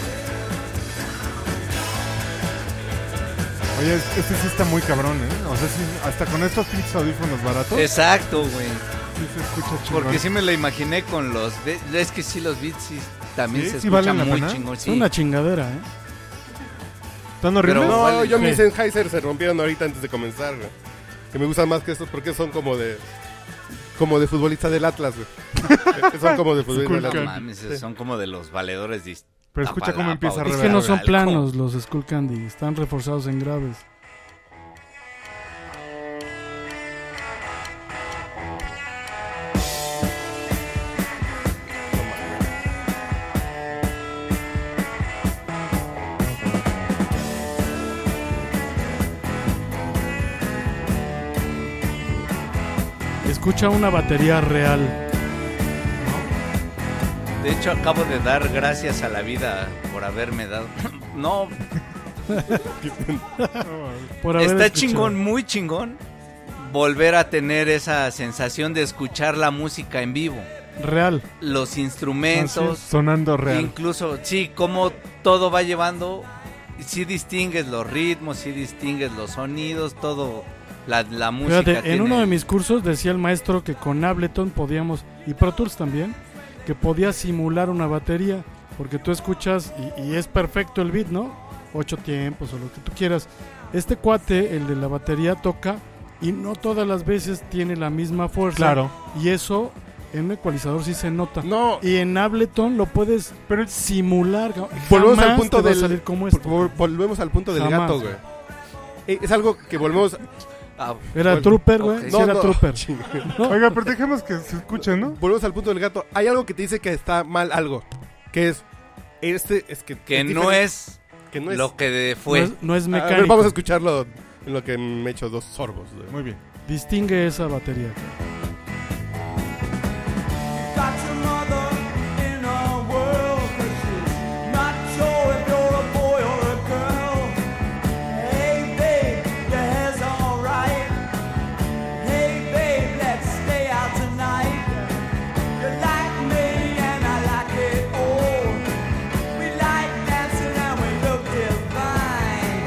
Speaker 3: Oye, es- este sí está muy cabrón, ¿eh? O sea, sí, hasta con estos pinches audífonos baratos,
Speaker 1: Exacto, güey.
Speaker 3: sí se escucha chingón.
Speaker 1: Porque sí me la imaginé con los. be- Es que sí, los beats sí, también
Speaker 3: ¿Sí?
Speaker 1: se
Speaker 3: ¿Sí
Speaker 1: escuchan
Speaker 3: valen la
Speaker 1: muy
Speaker 3: pena?
Speaker 1: chingón.
Speaker 4: Es
Speaker 1: sí.
Speaker 4: una chingadera, ¿eh?
Speaker 3: ¿Están horribles?
Speaker 1: Pero-
Speaker 2: No,
Speaker 1: ¿Cuál?
Speaker 2: yo mis
Speaker 4: Sí.
Speaker 2: Sennheiser se rompieron ahorita antes de comenzar, güey. Que me gustan más que estos porque son como de. Como de futbolista del Atlas, güey. Que son como de futbolista del
Speaker 3: Cool,
Speaker 1: No
Speaker 2: Atlas.
Speaker 3: cool.
Speaker 1: mames, son como de los valedores de Iztapalapa,
Speaker 3: Pero escucha cómo empieza Ah,
Speaker 1: güey.
Speaker 4: Es
Speaker 3: Rebel
Speaker 4: que no
Speaker 3: Rebel.
Speaker 4: son
Speaker 1: Algo.
Speaker 4: planos los Skullcandy, están reforzados en graves. Escucha una batería real.
Speaker 1: De hecho, acabo de dar gracias a la vida por haberme dado. No,
Speaker 4: Por haber
Speaker 1: está
Speaker 4: escuchado.
Speaker 1: chingón, muy chingón. Volver a tener esa sensación de escuchar la música en vivo.
Speaker 4: Real.
Speaker 1: Los
Speaker 3: Así es,
Speaker 1: instrumentos,
Speaker 3: Sonando real.
Speaker 1: incluso, sí, cómo todo va llevando. Sí distingues los ritmos, sí distingues los sonidos, todo. La, la música.
Speaker 4: Fíjate, en
Speaker 1: tiene-
Speaker 4: uno de mis cursos decía el maestro que con Ableton podíamos, y Pro Tools también, que podía simular una batería, porque tú escuchas y, y es perfecto el beat, ¿no? Ocho tiempos o lo que tú quieras. Este cuate, el de la batería, toca y no todas las veces tiene la misma fuerza.
Speaker 3: Claro.
Speaker 4: Y eso en un ecualizador sí se nota.
Speaker 2: No,
Speaker 4: Y en Ableton lo puedes
Speaker 3: Pero
Speaker 4: simular. cabrón.
Speaker 2: Volvemos al
Speaker 4: Jamás
Speaker 2: punto
Speaker 4: te va a
Speaker 2: del-
Speaker 4: salir como
Speaker 2: por
Speaker 4: esto.
Speaker 2: favor, volvemos al punto del
Speaker 4: Jamás,
Speaker 2: gato, güey. Eh, Es algo que volvemos.
Speaker 1: Ah,
Speaker 4: Era
Speaker 2: Vol-
Speaker 4: Trooper, güey.
Speaker 1: Ok.
Speaker 4: sí
Speaker 2: No,
Speaker 4: era
Speaker 2: no.
Speaker 4: Trooper.
Speaker 3: Oiga, pero dejemos que se escuche, ¿no?
Speaker 2: Volvemos al punto del gato. Hay algo que te dice que está mal algo. Que es. Este es que.
Speaker 1: que
Speaker 2: es
Speaker 1: no
Speaker 2: diferente,
Speaker 1: es
Speaker 2: Que no es.
Speaker 1: lo que de-
Speaker 4: No
Speaker 1: fue.
Speaker 4: es, no
Speaker 2: pues,
Speaker 4: es
Speaker 2: A
Speaker 4: mecánico.
Speaker 2: ver, vamos a escucharlo en lo que me echo dos sorbos. güey.
Speaker 3: Muy bien.
Speaker 4: Distingue esa batería.
Speaker 6: Got your mother in a world that she's not sure if you're a boy or a girl. Hey babe, your hair's alright. Hey babe, let's stay out tonight. You like me and I like it all. We like dancing and we look divine.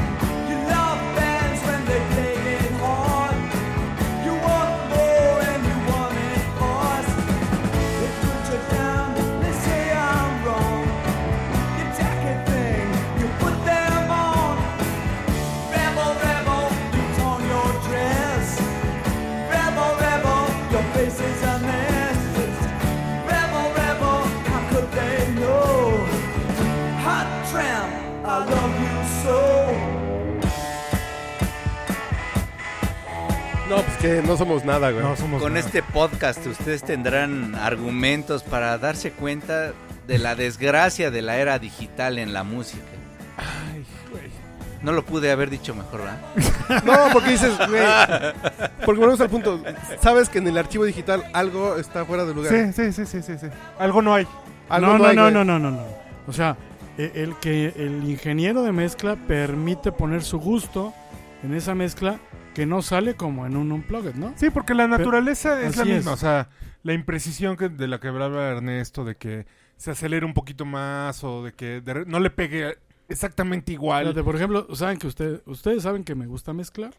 Speaker 6: You love bands when they play it hard. You want more and you want it fast. They put you down, they say I'm wrong. You take a thing, you put them on. Rebel, rebel, you torn your dress. Rebel, rebel, your face is a mess. Rebel, rebel, how could they know? Hot tramp, I love you so.
Speaker 2: No, pues que no somos nada, güey.
Speaker 3: No somos.
Speaker 1: Con
Speaker 3: nada.
Speaker 1: este podcast ustedes tendrán argumentos para darse cuenta de la desgracia de la era digital en la música. No lo pude haber dicho mejor, ¿verdad?
Speaker 2: No, porque dices, güey. Porque volvemos al punto. Sabes que en el archivo digital algo está fuera de lugar.
Speaker 3: Sí, sí, sí, sí, sí, sí. Algo no hay.
Speaker 2: Algo
Speaker 4: no, no,
Speaker 2: hay,
Speaker 4: no,
Speaker 2: güey.
Speaker 4: no, no, no, no. O sea, e- el que el ingeniero de mezcla permite poner su gusto en esa mezcla que no sale como en un unplugged, ¿no?
Speaker 3: Sí, porque la naturaleza es la
Speaker 4: así
Speaker 3: misma.
Speaker 4: es.
Speaker 3: O sea, la imprecisión que, de la que hablaba Ernesto, de que se acelere un poquito más o de que de re- no le pegue exactamente igual.
Speaker 4: Fíjate, por ejemplo, saben que usted, ustedes saben que me gusta mezclar.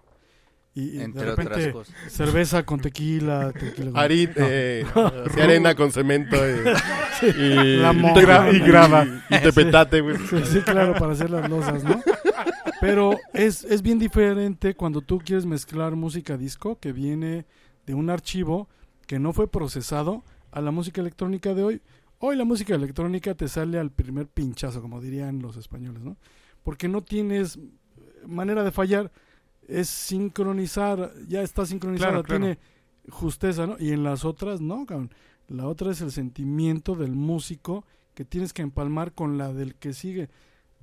Speaker 4: Y, y
Speaker 1: Entre
Speaker 4: de
Speaker 1: otras
Speaker 4: repente,
Speaker 1: cosas.
Speaker 4: cerveza con tequila, tequila con-
Speaker 2: Ari,
Speaker 4: No.
Speaker 2: eh, sí, arena con cemento eh, y,
Speaker 4: La
Speaker 2: y
Speaker 4: mogra-
Speaker 2: gra-
Speaker 4: y grava.
Speaker 2: Y, y tepetate, güey.
Speaker 4: Sí, sí, claro, para hacer las losas, ¿no? Pero es, es bien diferente cuando tú quieres mezclar música disco que viene de un archivo que no fue procesado a la música electrónica de hoy. Hoy la música electrónica te sale al primer pinchazo, como dirían los españoles, ¿no? Porque no tienes manera de fallar, es sincronizar, ya está sincronizada,
Speaker 3: Claro, claro.
Speaker 4: tiene justeza, ¿no? Y en las otras, no, cabrón. La otra es el sentimiento del músico que tienes que empalmar con la del que sigue.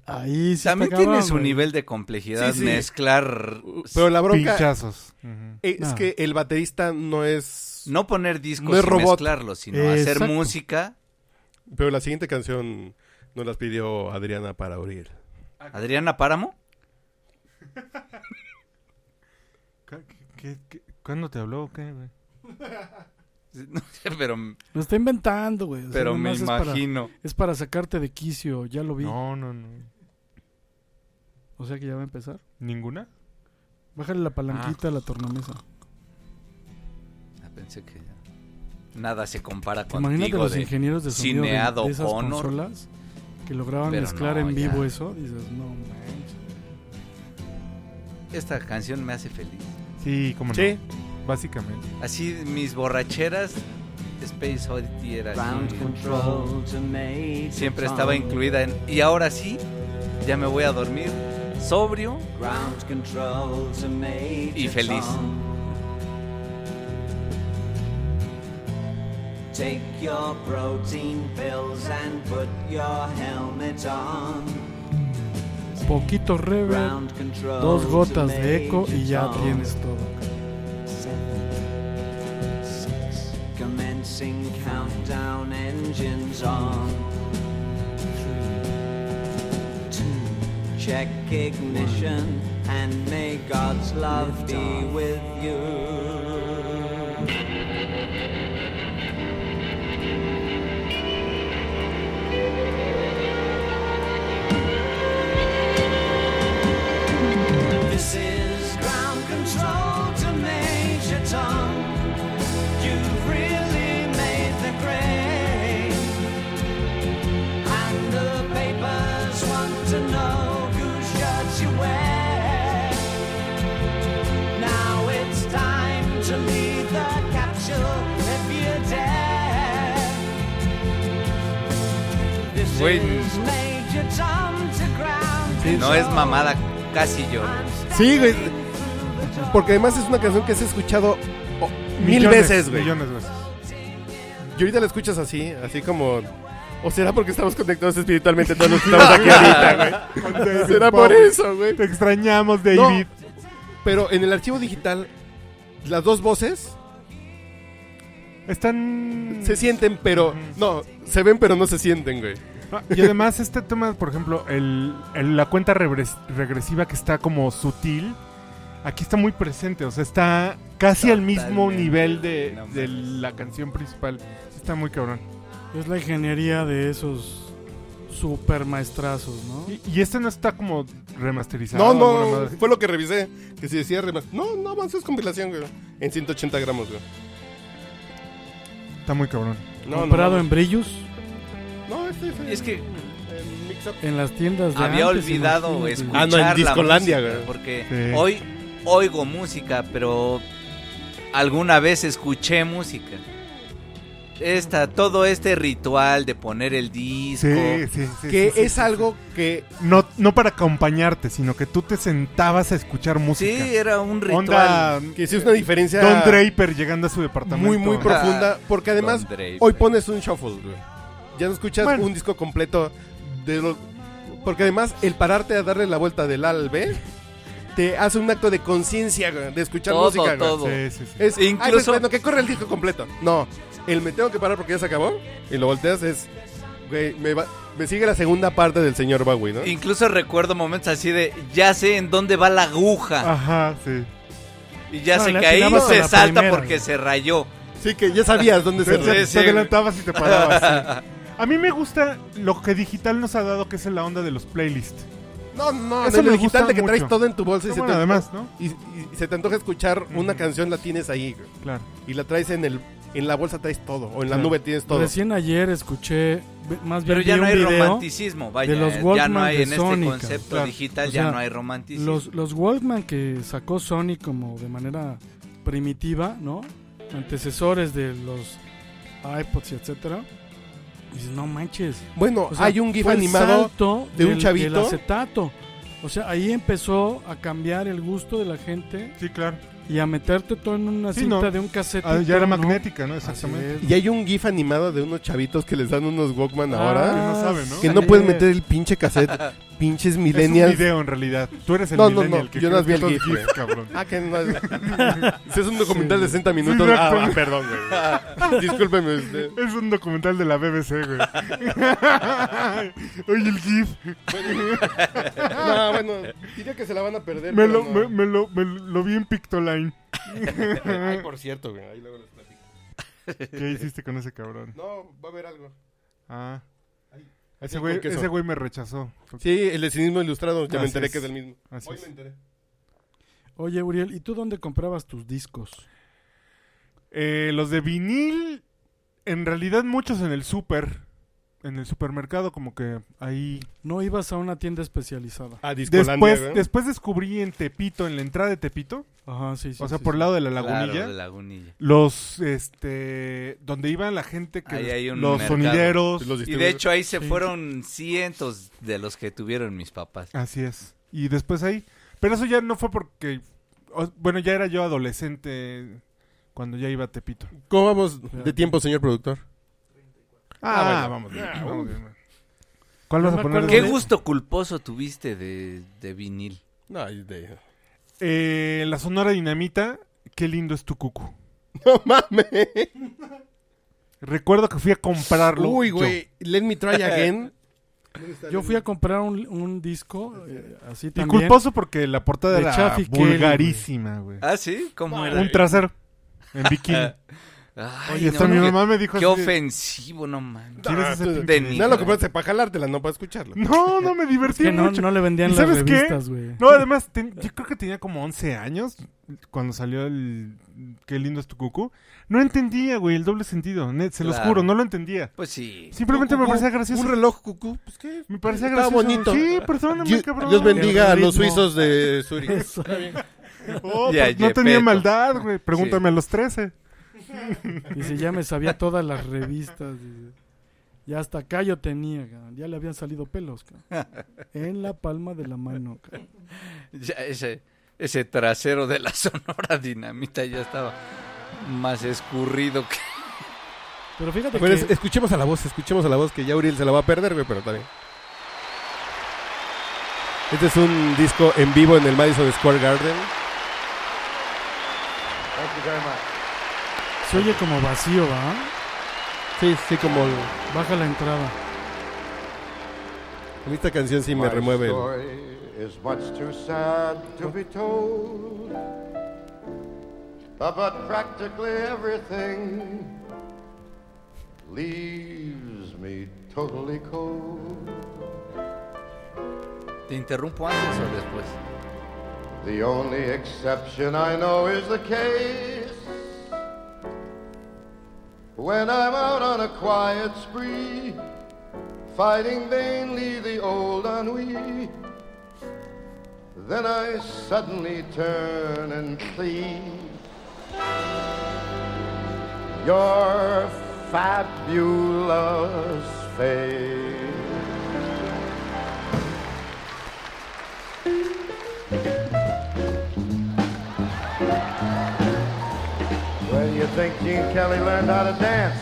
Speaker 4: Ahí sí está
Speaker 1: También
Speaker 4: cabrón,
Speaker 1: tiene su
Speaker 4: güey.
Speaker 1: nivel de complejidad
Speaker 2: Sí, sí.
Speaker 1: mezclar.
Speaker 2: Pero la bronca
Speaker 3: Pinchazos. Eh, Ujú.
Speaker 2: es
Speaker 4: No.
Speaker 2: que el baterista no es...
Speaker 1: No poner discos
Speaker 2: No es
Speaker 1: y
Speaker 2: robot.
Speaker 1: mezclarlos, sino hacer
Speaker 4: Exacto.
Speaker 1: música.
Speaker 2: Pero la siguiente canción nos las pidió Adriana para oír.
Speaker 1: Adriana Páramo.
Speaker 3: ¿Qué- qué- qué- ¿Cuándo te habló? o ¿Qué, güey?
Speaker 1: No sé, pero,
Speaker 4: Lo está inventando, güey. O sea,
Speaker 1: pero me
Speaker 4: nomás Pues es para-
Speaker 1: imagino.
Speaker 4: es para sacarte de quicio, ya lo vi.
Speaker 3: No, no, no.
Speaker 4: O sea que ya va a empezar.
Speaker 3: ¿Ninguna?
Speaker 4: Bájale la palanquita a la tornamesa.
Speaker 1: Ah, pensé que ya. nada se compara
Speaker 4: Imagínate
Speaker 1: contigo
Speaker 4: los
Speaker 1: de
Speaker 4: ingenieros de sonido de,
Speaker 1: Cineado
Speaker 4: de esas
Speaker 1: Honor.
Speaker 4: consolas que lograban
Speaker 1: Pero
Speaker 4: mezclar
Speaker 1: no,
Speaker 4: en vivo
Speaker 1: ya.
Speaker 4: eso. Dices, no manches.
Speaker 1: esta canción me hace feliz.
Speaker 3: Sí, como no.
Speaker 2: Sí.
Speaker 3: Básicamente.
Speaker 1: Así mis borracheras Space Oddity era así. siempre estaba incluida en y ahora sí ya me voy a dormir sobrio y feliz.
Speaker 6: Take your protein pills and put your helmet on.
Speaker 4: Poquito reverb,
Speaker 6: Ground control
Speaker 4: dos
Speaker 6: to
Speaker 4: gotas de eco
Speaker 6: Major
Speaker 4: y ya
Speaker 6: Tom.
Speaker 4: tienes todo.
Speaker 6: Seven, six, commencing countdown engines on. Three, two, check ignition and may God's love be with you. This is ground control to Major Tom. You've really made the grade. And the papers want to know whose shirt you wear. Now it's time to leave the capsule if you dare. This
Speaker 1: Güey.
Speaker 6: is Major Tom to ground
Speaker 1: No es
Speaker 6: control.
Speaker 1: mamada, casi yo.
Speaker 2: Sí, güey. Porque además es una canción que has escuchado oh, mil
Speaker 3: Millones,
Speaker 2: veces, güey.
Speaker 3: Millones de veces.
Speaker 2: Y ahorita la escuchas así, así como... ¿O será porque estamos conectados espiritualmente todos los que estamos aquí ahorita, güey? ¿Será por eso, güey?
Speaker 3: Te extrañamos,
Speaker 2: No,
Speaker 3: David.
Speaker 2: pero en el archivo digital, las dos voces
Speaker 3: Están.
Speaker 2: se sienten, pero... No, se ven, pero no se sienten, güey.
Speaker 3: Ah, Y además este tema, por ejemplo, el, el- la cuenta regres- regresiva que está como sutil, aquí está muy presente, o sea, está casi al mismo
Speaker 1: Totalmente.
Speaker 3: nivel de,
Speaker 1: No
Speaker 3: de
Speaker 1: mames.
Speaker 3: la canción principal. Sí Está muy cabrón.
Speaker 4: Es la ingeniería de esos super maestrazos, ¿no?
Speaker 3: Y, y este no está como remasterizado.
Speaker 2: No,
Speaker 3: alguna
Speaker 2: no,
Speaker 3: Ah, madre.
Speaker 2: fue lo que revisé. Que si decía remas... No, no, más es compilación, güey. En 180 gramos, güey.
Speaker 3: Está muy cabrón.
Speaker 2: No,
Speaker 4: Comprado
Speaker 2: no,
Speaker 4: en brillos,
Speaker 2: No, este es...
Speaker 1: Es que
Speaker 2: el mix-up.
Speaker 4: en las tiendas Pues de
Speaker 1: había
Speaker 4: antes,
Speaker 1: olvidado
Speaker 4: imagínate.
Speaker 1: escuchar
Speaker 2: Ah, no, en
Speaker 1: la
Speaker 2: Discolandia,
Speaker 1: música,
Speaker 2: güey.
Speaker 1: porque
Speaker 3: Sí.
Speaker 1: hoy oigo música, pero alguna vez escuché música. Esta, todo este ritual de poner el disco,
Speaker 3: Sí, sí, sí.
Speaker 2: Que
Speaker 3: sí, sí,
Speaker 2: es
Speaker 3: sí.
Speaker 2: algo que
Speaker 3: No, no para acompañarte, sino que tú te sentabas a escuchar música.
Speaker 1: Sí, era un ritual.
Speaker 3: Onda
Speaker 2: Que sí es una diferencia
Speaker 3: Don Draper llegando a su departamento.
Speaker 2: muy, muy
Speaker 1: pro-
Speaker 2: profunda. Porque además,
Speaker 1: Don Draper.
Speaker 2: hoy pones un shuffle, güey. Ya no escuchas
Speaker 3: Bueno.
Speaker 2: un disco completo de lo- Porque además, el pararte a darle la vuelta del A al B te hace un acto de conciencia, güey, de escuchar
Speaker 1: Todo,
Speaker 2: música, güey.
Speaker 1: todo.
Speaker 3: Sí, sí, sí.
Speaker 2: Es,
Speaker 1: Incluso-
Speaker 2: ay, pues, bueno, que corre el disco completo. No, el me tengo que parar porque ya se acabó. Y lo volteas, es. Güey, me, va- me sigue la segunda parte del señor Bowie, ¿no?
Speaker 1: Incluso recuerdo momentos así de ya sé en dónde va la aguja
Speaker 3: Ajá, sí.
Speaker 1: y ya
Speaker 4: Ah. No,
Speaker 1: sé
Speaker 4: le
Speaker 1: que ahí
Speaker 4: atinabas a
Speaker 1: se
Speaker 4: la
Speaker 1: salta
Speaker 4: primera,
Speaker 1: porque
Speaker 4: güey.
Speaker 1: se rayó.
Speaker 2: Sí, que ya sabías dónde se.
Speaker 1: Sí,
Speaker 3: Te
Speaker 1: sí, güey.
Speaker 3: adelantabas y te parabas. sí. A mí me gusta lo que digital nos ha dado, que es la onda de los playlists.
Speaker 2: No, no,
Speaker 3: Eso
Speaker 2: no,
Speaker 3: me
Speaker 2: lo digital
Speaker 3: gusta
Speaker 2: de que traes
Speaker 3: mucho.
Speaker 2: todo en tu bolsa y,
Speaker 3: No,
Speaker 2: se,
Speaker 3: bueno,
Speaker 2: te,
Speaker 3: además, ¿no?
Speaker 2: y, y- y se te antoja escuchar una canción, la tienes ahí. güey.
Speaker 3: Claro.
Speaker 2: Y la traes en el en la bolsa traes todo. O en la
Speaker 3: Claro.
Speaker 2: nube tienes todo.
Speaker 4: Recién ayer escuché, ve- más bien
Speaker 1: Pero ya
Speaker 4: vi
Speaker 1: no
Speaker 4: un
Speaker 1: hay
Speaker 4: video.
Speaker 1: romanticismo, vaya.
Speaker 4: de los
Speaker 1: ya
Speaker 4: Walkman
Speaker 1: no hay
Speaker 4: de
Speaker 1: en
Speaker 4: Sony,
Speaker 1: este concepto
Speaker 4: claro.
Speaker 1: digital,
Speaker 4: O
Speaker 1: ya
Speaker 4: sea,
Speaker 1: no hay romanticismo.
Speaker 4: Los, los Walkman que sacó Sony como de manera primitiva, ¿no? Antecesores de los iPods y etcétera. Dices, no manches.
Speaker 2: Bueno,
Speaker 4: O sea,
Speaker 2: hay un GIF
Speaker 4: fue el
Speaker 2: animado.
Speaker 4: salto
Speaker 2: de un
Speaker 4: del-
Speaker 2: chavito.
Speaker 4: Del acetato. O sea, ahí empezó a cambiar el gusto de la gente
Speaker 3: Sí, claro.
Speaker 4: y a meterte todo en una
Speaker 3: Sí,
Speaker 4: cinta
Speaker 3: no.
Speaker 4: de un cassette.
Speaker 3: Ah, ya era
Speaker 4: ¿no?
Speaker 3: magnética, ¿no?
Speaker 4: Así
Speaker 3: Exactamente.
Speaker 4: es.
Speaker 2: Y hay un GIF animado de unos chavitos que les dan unos Walkman
Speaker 3: Ah,
Speaker 2: ahora.
Speaker 3: no sabe, ¿no?
Speaker 2: Que no puedes meter el pinche cassette. pinches
Speaker 3: Es un
Speaker 2: millennials.
Speaker 3: video en realidad. Tú eres el
Speaker 2: No, no,
Speaker 3: millennial
Speaker 2: no,
Speaker 3: que
Speaker 2: yo no
Speaker 3: crees
Speaker 2: vi el
Speaker 3: que
Speaker 2: GIF,
Speaker 3: son GIF, cabrón.
Speaker 2: Ah, que no. es- Si es un documental de 60 minutos.
Speaker 3: Sí,
Speaker 2: ah,
Speaker 3: exacto.
Speaker 2: ah, perdón, güey. Ah, Discúlpeme usted.
Speaker 3: Es un documental de la BBC, güey. Oye, el GIF.
Speaker 2: No, bueno, diría que se la van a perder.
Speaker 3: Me
Speaker 2: pero
Speaker 3: lo,
Speaker 2: no.
Speaker 3: me, me lo, me lo vi en Pictoline.
Speaker 2: Eh, Ay, por cierto, güey. Ahí luego les platico.
Speaker 3: ¿Qué hiciste con ese cabrón?
Speaker 2: No, va a haber algo.
Speaker 3: Ah.
Speaker 2: Sí,
Speaker 3: Ese güey,
Speaker 2: con queso.
Speaker 3: ese güey me rechazó.
Speaker 2: Sí, el de cinismo ilustrado. Ya
Speaker 3: Así
Speaker 2: me enteré
Speaker 3: es.
Speaker 2: que es el mismo.
Speaker 3: Así
Speaker 2: Hoy
Speaker 3: es.
Speaker 2: me enteré.
Speaker 4: Oye, Uriel, ¿y tú dónde comprabas tus discos?
Speaker 3: Eh, los de vinil, en realidad muchos en el super, en el supermercado, como que ahí.
Speaker 4: No ibas a una tienda especializada.
Speaker 2: Ah, Discolandia,
Speaker 3: Después,
Speaker 2: ¿verdad?
Speaker 3: después descubrí en Tepito, en la entrada de Tepito,
Speaker 4: Ajá, sí, sí.
Speaker 3: o sea,
Speaker 4: sí,
Speaker 3: por
Speaker 4: sí.
Speaker 3: el lado de la
Speaker 1: Claro,
Speaker 3: lagunilla,
Speaker 1: de Lagunilla.
Speaker 3: los, este, donde iba la gente que,
Speaker 1: Ahí hay un
Speaker 3: los
Speaker 1: mercado.
Speaker 3: sonideros,
Speaker 2: Pues Los
Speaker 1: Y de hecho ahí se fueron cientos de los que tuvieron mis papás.
Speaker 3: así es, y después ahí, pero eso ya no fue porque, o- bueno, ya era yo adolescente cuando ya iba a Tepito.
Speaker 2: ¿Cómo vamos de tiempo, señor productor?
Speaker 3: Ah, vamos, bien, vamos bien, man. ¿Cuál vas
Speaker 4: me
Speaker 3: a poner? Eh,
Speaker 4: acuerdo
Speaker 1: ¿Qué
Speaker 4: de-
Speaker 1: gusto culposo tuviste de, de vinil?
Speaker 2: No, es de...
Speaker 3: Eh, la Sonora Dinamita, qué lindo es tu cucu.
Speaker 2: no mames.
Speaker 3: Recuerdo que fui a comprarlo.
Speaker 2: Uy,
Speaker 3: yo.
Speaker 2: güey. Let me try again.
Speaker 4: Yo fui a comprar un, un disco, eh, así
Speaker 3: Y
Speaker 4: también.
Speaker 3: culposo porque la portada
Speaker 4: De
Speaker 3: era
Speaker 4: Chaffee Kelly,
Speaker 3: vulgarísima, güey.
Speaker 1: Ah, sí, ¿cómo era?
Speaker 3: Un trasero en bikini.
Speaker 1: Ay,
Speaker 3: Oye,
Speaker 1: no,
Speaker 3: hasta mi
Speaker 1: qué-
Speaker 3: mamá me dijo
Speaker 1: Qué
Speaker 3: así de-
Speaker 1: ofensivo, no man.
Speaker 3: ¿Quieres ese
Speaker 2: tú-
Speaker 3: pinche?
Speaker 1: de ni-
Speaker 2: No lo compraste para jalártela, no para escucharlo.
Speaker 3: No, no, me divertí
Speaker 4: que no,
Speaker 3: mucho.
Speaker 4: no le vendían
Speaker 3: ¿Y
Speaker 4: las
Speaker 3: sabes qué?
Speaker 4: revistas, güey.
Speaker 3: No, además, ten- yo creo que tenía como 11 años cuando salió el Qué lindo es tu cucu. No entendía, güey, el doble sentido. net, se los
Speaker 1: Claro.
Speaker 3: juro, no lo entendía.
Speaker 1: Pues sí.
Speaker 3: Simplemente me
Speaker 2: Cucú,
Speaker 3: parecía gracioso.
Speaker 2: Un reloj cucú, pues qué.
Speaker 3: Me parecía
Speaker 2: Estaba
Speaker 3: gracioso.
Speaker 2: bonito.
Speaker 3: Sí, perdóname,
Speaker 2: Dios,
Speaker 3: cabrón.
Speaker 2: Dios bendiga a
Speaker 4: El
Speaker 2: los
Speaker 4: ritmo.
Speaker 2: suizos de Zurich.
Speaker 4: Eso.
Speaker 3: Oh,
Speaker 1: Y a
Speaker 3: pues no tenía
Speaker 1: Gepetto.
Speaker 3: maldad, güey. Pregúntame a los 13.
Speaker 4: Dice, ya me sabía todas las revistas. dice. Ya hasta acá yo tenía, cabrón. ya le habían salido pelos. cabrón. En la palma de la mano. cabrón.
Speaker 1: Ya ese, ese trasero de la Sonora Dinamita ya estaba más escurrido que...
Speaker 4: Pero fíjate
Speaker 2: Pero
Speaker 4: que...
Speaker 2: es- pues, escuchemos a la voz, escuchemos a la voz que ya Uriel se la va a perder, güey, pero está bien. Este es un disco en vivo en el Madison Square Garden.
Speaker 4: Se oye como vacío, ¿va?
Speaker 2: Sí, sí, como
Speaker 4: Baja la entrada.
Speaker 2: a mí esta canción sí me
Speaker 9: My
Speaker 2: remueve. el-
Speaker 9: story is much too sad to be told about practically everything leaves me totally cold.
Speaker 1: ¿Te interrumpo antes o después?
Speaker 9: The only exception I know is the case when I'm out on a quiet spree, fighting vainly the old ennui. Then I suddenly turn and see your fabulous face. Where do you think Gene Kelly learned how to dance?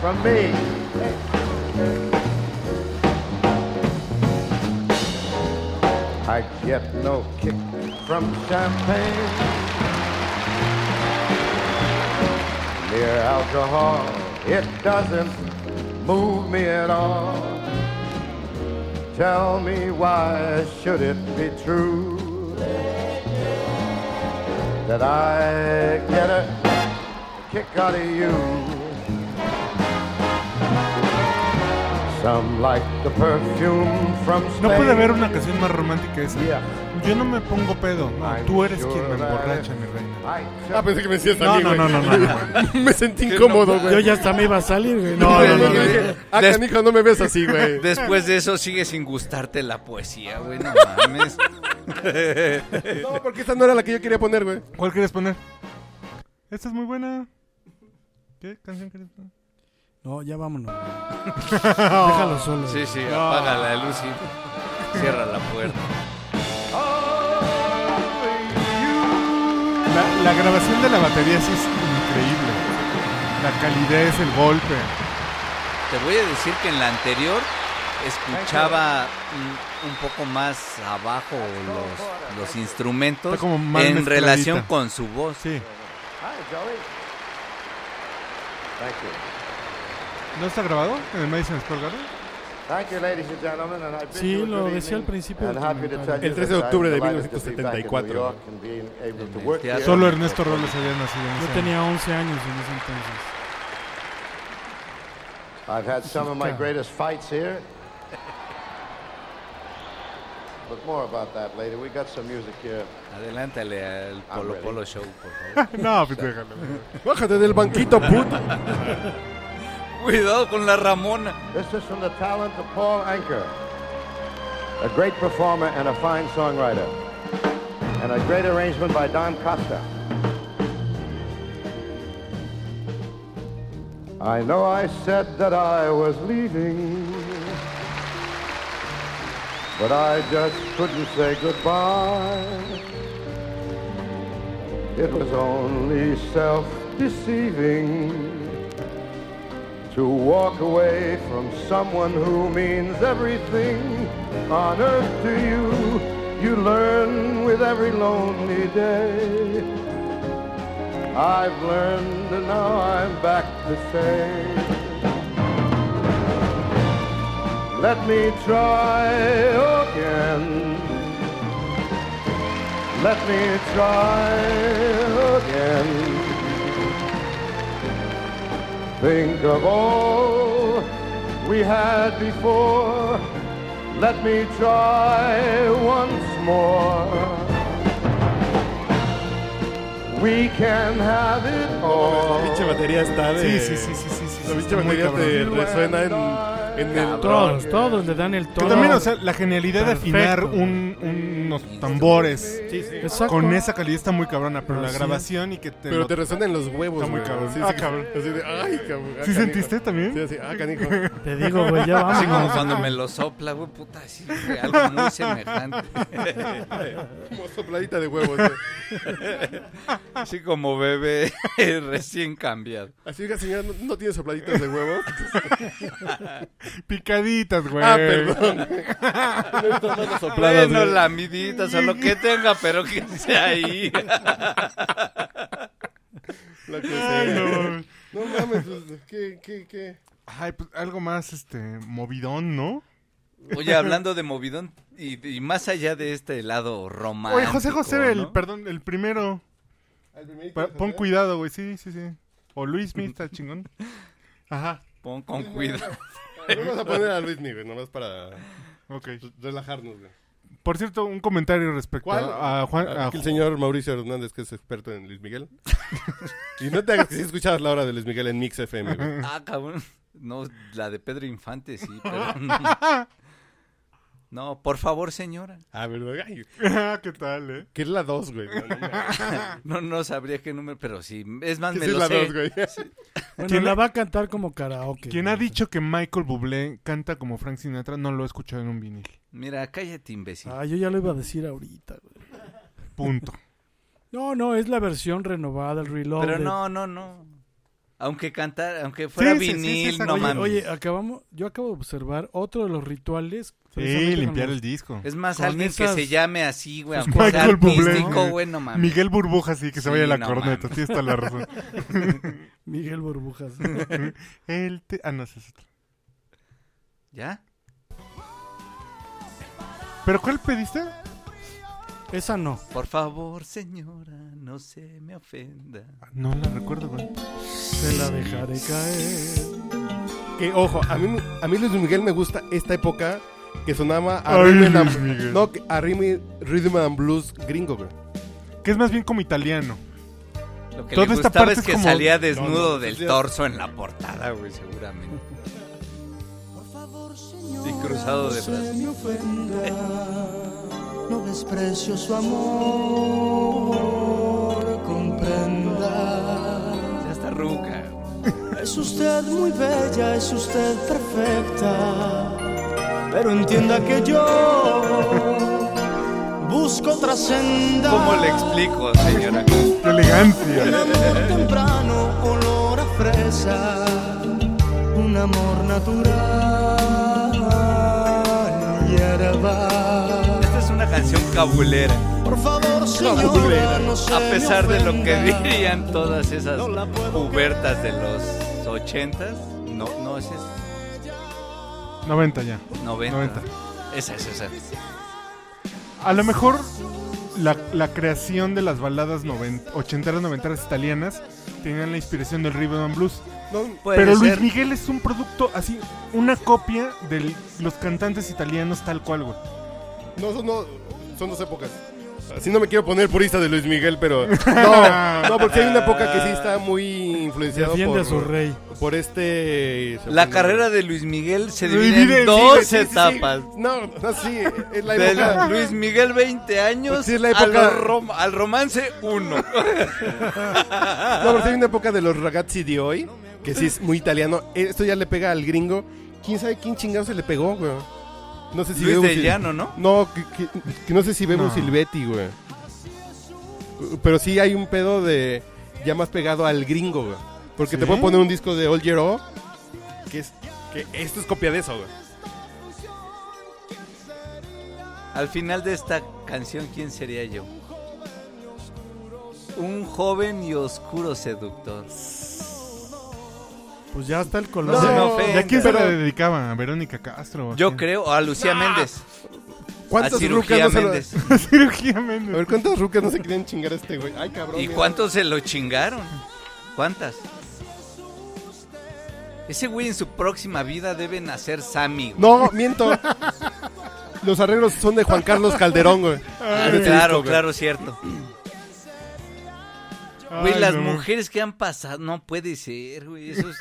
Speaker 9: From me. I get no kick from champagne. Mere alcohol, it doesn't move me at all. Tell me why should it be true that I get a kick out of you. Some like the perfume from Spain.
Speaker 3: No puede haber una canción más romántica esa.
Speaker 9: Yeah.
Speaker 3: Yo no me pongo pedo. no,
Speaker 9: I'm
Speaker 3: tú eres
Speaker 9: sure
Speaker 3: quien me
Speaker 9: that
Speaker 3: emborracha, mi reina.
Speaker 9: I
Speaker 2: Ah, pensé que me decías a mí,
Speaker 3: no,
Speaker 2: güey.
Speaker 3: no, no, no, no,
Speaker 2: me sentí incómodo, güey.
Speaker 4: Yo ya hasta me iba a salir, güey.
Speaker 2: No,
Speaker 4: No, no, no,
Speaker 2: yo
Speaker 4: no.
Speaker 2: dije, Ah,
Speaker 1: Des-
Speaker 2: canijo, no me ves así, güey.
Speaker 1: Después de eso sigue sin gustarte la poesía, güey, no mames.
Speaker 2: No, porque esta no era la que yo quería poner, güey.
Speaker 3: ¿Cuál quieres poner? Esta es muy buena. ¿Qué canción quieres poner?
Speaker 4: No, ya vámonos. Déjalo solo.
Speaker 1: Sí, sí, apaga la luz y cierra la puerta.
Speaker 3: La, la grabación de la batería sí es increíble. La calidez, el golpe.
Speaker 1: Te voy a decir que en la anterior escuchaba un, un poco más abajo los, los instrumentos
Speaker 3: Está como mal
Speaker 1: en
Speaker 3: mezcladita.
Speaker 1: relación con su voz.
Speaker 3: Sí.
Speaker 9: Hi, Joey. Thank you.
Speaker 3: ¿No está grabado en el Madison Square Garden?
Speaker 9: Thank you, ladies and gentlemen, and I bid
Speaker 4: Sí,
Speaker 9: you a
Speaker 4: lo
Speaker 9: good
Speaker 4: decía al
Speaker 9: evening,
Speaker 4: principio
Speaker 9: and
Speaker 4: del
Speaker 9: happy to
Speaker 4: comentario.
Speaker 9: tell you
Speaker 2: El 13 de
Speaker 9: that I'm
Speaker 2: octubre de
Speaker 9: delighted to be back in New
Speaker 2: 1974.
Speaker 9: York and being able to
Speaker 1: En el
Speaker 9: work
Speaker 1: teatro.
Speaker 9: here.
Speaker 3: Solo Ernesto Robles había nacido en
Speaker 4: Yo
Speaker 3: ese año.
Speaker 4: tenía 11 años en ese entonces.
Speaker 9: I've had some of my greatest fights here. But more about that later. We got some music here.
Speaker 1: Adelántale al Polo
Speaker 9: ready.
Speaker 1: Polo Show, por favor.
Speaker 3: No, pues déjalo.
Speaker 2: Bájate del banquito, puto.
Speaker 1: Cuidado con la Ramona.
Speaker 9: This is from the talent of Paul Anker, a great performer and a fine songwriter, and a great arrangement by Don Costa. I know I said that I was leaving, but I just couldn't say goodbye. It was only self-deceiving to walk away from someone who means everything on earth to you. You learn with every lonely day. I've learned and now I'm back to say, let me try again. Let me try again. Think of all we had before. Let me try once more. We can have it all.
Speaker 2: La pinche batería está de.
Speaker 3: Sí, sí, sí, sí, sí,
Speaker 2: La
Speaker 3: sí. sí,
Speaker 2: pinche
Speaker 3: está muy
Speaker 2: batería te
Speaker 3: cabrón.
Speaker 2: resuena en, en el.
Speaker 4: Todos, todos le dan el
Speaker 3: Que
Speaker 4: tono.
Speaker 3: también, o sea, la genialidad
Speaker 4: Perfecto.
Speaker 3: de afinar un- unos tambores
Speaker 4: Exacto.
Speaker 3: con esa calidad está muy cabrona, pero la
Speaker 4: Así
Speaker 3: grabación y que te...
Speaker 2: Pero
Speaker 3: lo-
Speaker 2: te resuena en los huevos,
Speaker 3: Está muy
Speaker 2: güey.
Speaker 3: cabrón.
Speaker 2: Sí,
Speaker 3: Ah,
Speaker 2: sí,
Speaker 3: cabrón.
Speaker 2: así de, ay, cabrón. Ah,
Speaker 3: ¿Sí
Speaker 2: canijo.
Speaker 3: sentiste también?
Speaker 2: Sí, así, ah, canijo.
Speaker 4: Te digo, güey, ya
Speaker 1: Así como
Speaker 3: Ah.
Speaker 4: vamos.
Speaker 1: cuando me lo sopla, güey, puta, así, güey, algo muy semejante.
Speaker 2: Como sopladita de huevos, güey.
Speaker 1: Así como bebé recién cambiado.
Speaker 2: Así, oiga, señora, ¿no, no tiene sopladitas de huevos?
Speaker 3: Picaditas, güey.
Speaker 2: ah, perdón.
Speaker 1: Bueno, la midita, o sea, lo que tenga, pero que sea ahí.
Speaker 2: La que
Speaker 3: Ay,
Speaker 2: sea.
Speaker 3: no, mames.
Speaker 2: No mames, pues, ¿qué, qué, qué?
Speaker 3: Ay, pues algo más, este, movidón, ¿no?
Speaker 1: Oye, hablando de movidón, y, y más allá de este lado romántico.
Speaker 3: Oye, José José, el,
Speaker 1: ¿no?
Speaker 3: perdón, el primero. Pa- pon cuidado, güey, sí, sí, sí. O Luis Mi, está chingón. Ajá,
Speaker 1: Pon con cuidado.
Speaker 2: Vamos a poner a Luis Miguel, nomás para
Speaker 3: ok.
Speaker 2: relajarnos, güey.
Speaker 3: Por cierto, un comentario respecto
Speaker 2: ¿Cuál?
Speaker 3: a a Juan... a
Speaker 2: Aquí el señor Mauricio Hernández, que es experto en Luis Miguel. y no te hagas que si escuchabas la hora de Luis Miguel en Mix FM, güey.
Speaker 1: Ah, cabrón. No, la de Pedro Infante, sí, pero no. No, por favor, señora.
Speaker 2: Ah, ¿verdad? Ay,
Speaker 3: Ah, ¿Qué tal, eh?
Speaker 2: que es la 2, güey. No, no, no.
Speaker 1: No, no sabría qué número, pero sí. Es más,
Speaker 2: Que
Speaker 1: me
Speaker 2: sí es
Speaker 1: lo
Speaker 2: la
Speaker 1: sé.
Speaker 2: 2, güey.
Speaker 4: Bueno,
Speaker 3: ¿Quién-
Speaker 4: la va a cantar como karaoke.
Speaker 3: Quien
Speaker 4: güey.
Speaker 3: ha dicho que Michael Bublé canta como Frank Sinatra no lo he escuchado en un vinil.
Speaker 1: Mira, cállate, imbécil.
Speaker 4: Ah, yo ya lo iba a decir ahorita, güey.
Speaker 3: Punto.
Speaker 4: No, no, es la versión renovada, el reload.
Speaker 1: Pero no, no, no. Aunque cantar, aunque
Speaker 3: sí,
Speaker 1: fuera
Speaker 3: sí, sí,
Speaker 1: vinil,
Speaker 3: exacto.
Speaker 1: no
Speaker 4: oye,
Speaker 1: mames.
Speaker 4: oye, acabamos, yo acabo de observar otro de los rituales.
Speaker 3: Sí,
Speaker 4: precisamente
Speaker 3: limpiar
Speaker 4: con
Speaker 3: el disco.
Speaker 1: es más,
Speaker 4: con
Speaker 1: alguien
Speaker 4: esas-
Speaker 1: que se llame así, güey,
Speaker 3: Pues
Speaker 1: aunque sea
Speaker 3: Michael Bublé,
Speaker 1: artístico,
Speaker 3: ¿no?
Speaker 1: güey, no mames.
Speaker 3: Miguel Burbuja, sí, que se
Speaker 1: Sí,
Speaker 3: vaya la
Speaker 1: no
Speaker 3: corneta.
Speaker 1: mames.
Speaker 3: Sí, está la razón.
Speaker 4: los- Miguel Burbujas.
Speaker 3: El te- Ah, no, ese es otro.
Speaker 1: ¿Ya?
Speaker 3: ¿Pero cuál pediste?
Speaker 4: Esa no.
Speaker 1: Por favor, señora, no se me ofenda.
Speaker 3: No la recuerdo, güey.
Speaker 4: Se la dejaré caer.
Speaker 2: Que ojo, a mí, a mí Luis Miguel me gusta esta época que sonaba a,
Speaker 3: Ay,
Speaker 2: rhythm and-
Speaker 3: Luis Miguel.
Speaker 2: no, que- a rhythm, rhythm and blues gringo, güey.
Speaker 3: Que es más bien como italiano.
Speaker 1: Lo que
Speaker 3: Toda
Speaker 1: le
Speaker 3: esta
Speaker 1: gustaba
Speaker 3: parte
Speaker 1: es
Speaker 3: es
Speaker 1: que
Speaker 3: como-
Speaker 1: salía desnudo
Speaker 2: no,
Speaker 1: del
Speaker 2: sí.
Speaker 1: torso en la portada, güey, seguramente. Y cruzado de brazos.
Speaker 10: No desprecio su amor, comprenda.
Speaker 1: Ya está ruca.
Speaker 10: Es usted muy bella, es usted perfecta, pero entienda que yo busco otra senda.
Speaker 1: ¿Cómo le explico, señora?
Speaker 3: ¡Qué elegancia!
Speaker 10: Un amor temprano, olor a fresa, un amor natural, hierba.
Speaker 1: Esta es una canción cabulera.
Speaker 10: Por favor, señora, no se
Speaker 1: A
Speaker 10: me
Speaker 1: pesar de lo que
Speaker 10: ofenda.
Speaker 1: dirían todas esas pubertas de los ochentas. No, no, esa es
Speaker 3: 90 ya.
Speaker 1: noventa.
Speaker 3: 90.
Speaker 1: Esa es esa.
Speaker 3: A lo mejor la, la creación de las baladas 90, ochenteras, noventeras italianas tenían la inspiración del rhythm and blues.
Speaker 1: Puede
Speaker 3: Pero Luis
Speaker 1: ser.
Speaker 3: Miguel es un producto así, una copia de los cantantes italianos tal cual, güey.
Speaker 2: No, son, no, son dos épocas. Así no me quiero poner purista de Luis Miguel, pero. No, no, porque hay una época que sí está muy influenciado
Speaker 4: Defiende
Speaker 2: por.
Speaker 4: a su rey.
Speaker 2: Por este.
Speaker 1: La carrera de Luis Miguel se divide,
Speaker 3: Divide, sí,
Speaker 1: en dos
Speaker 2: Sí, sí, sí, sí.
Speaker 1: etapas.
Speaker 2: No, no, sí, es la
Speaker 1: De
Speaker 2: época. Pues
Speaker 1: Luis Miguel 20 años
Speaker 2: Sí, es la época-
Speaker 1: al, rom- al romance 1.
Speaker 2: No, pero sí hay una época de los ragazzi de hoy, que sí es muy italiano. Esto ya le pega al gringo. ¿Quién sabe quién chingado se le pegó, güey? No sé si
Speaker 1: Luis
Speaker 2: Bebo
Speaker 1: de
Speaker 2: Sil-
Speaker 1: Llano, ¿no?
Speaker 2: No, que, que- que no sé si Bebo
Speaker 3: No.
Speaker 2: Silvetti, güey. Pero sí hay un pedo de ya más pegado al gringo, güey. Porque te
Speaker 3: ¿Sí?
Speaker 2: puedo poner un disco de All Year O, que es que esto es copia de eso, güey.
Speaker 1: Al final de esta canción, ¿quién sería yo? Un joven y oscuro seductor.
Speaker 4: Pues ya está el color.
Speaker 1: No, se me
Speaker 4: de-
Speaker 3: ¿Y
Speaker 1: ofenda.
Speaker 3: a quién se
Speaker 2: Pero-
Speaker 3: la dedicaba? ¿A Verónica Castro? o
Speaker 1: Yo
Speaker 3: qué?
Speaker 1: creo a Lucía Méndez. A
Speaker 2: ¿Cuántas rucas
Speaker 1: cirugía
Speaker 2: no se lo...
Speaker 1: Méndez.
Speaker 3: Cirugía
Speaker 2: A
Speaker 3: Méndez.
Speaker 2: ver, ¿cuántas rucas no se querían chingar a este güey? Ay, cabrón.
Speaker 1: ¿Y
Speaker 2: mira.
Speaker 1: cuántos se lo chingaron? ¿Cuántas? Ese güey en su próxima vida debe nacer Sammy. güey.
Speaker 2: No, miento. Los arreglos son de Juan Carlos Calderón, güey.
Speaker 1: Ah,
Speaker 2: De este
Speaker 1: claro,
Speaker 2: disco, güey.
Speaker 1: claro, cierto.
Speaker 3: Ay,
Speaker 1: Güey, las
Speaker 3: no.
Speaker 1: mujeres que han pasado, no puede ser, güey. Eso es-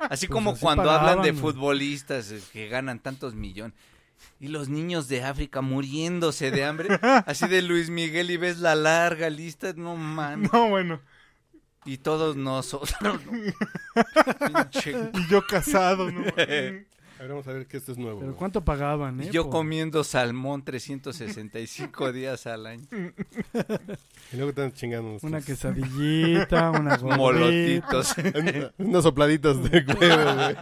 Speaker 1: Así como
Speaker 4: así
Speaker 1: cuando
Speaker 4: pagaban,
Speaker 1: hablan de
Speaker 4: güey.
Speaker 1: futbolistas eh, que ganan tantos millones. Y los niños de África muriéndose de hambre. Así de Luis Miguel y ves la larga lista. No mames.
Speaker 3: No, bueno.
Speaker 1: Y todos nosotros. ¿no? Pinche-
Speaker 3: Y yo casado, ¿no?
Speaker 2: A ver, vamos a ver que esto es nuevo.
Speaker 4: Pero
Speaker 2: güey.
Speaker 4: cuánto pagaban, eh.
Speaker 1: Y yo
Speaker 4: por-
Speaker 1: comiendo salmón 365 días al año.
Speaker 2: Y luego están chingando. unos-
Speaker 4: Una quesadillita, una gordita.
Speaker 1: Molotitos.
Speaker 2: Unas sopladitas de huevo, güey.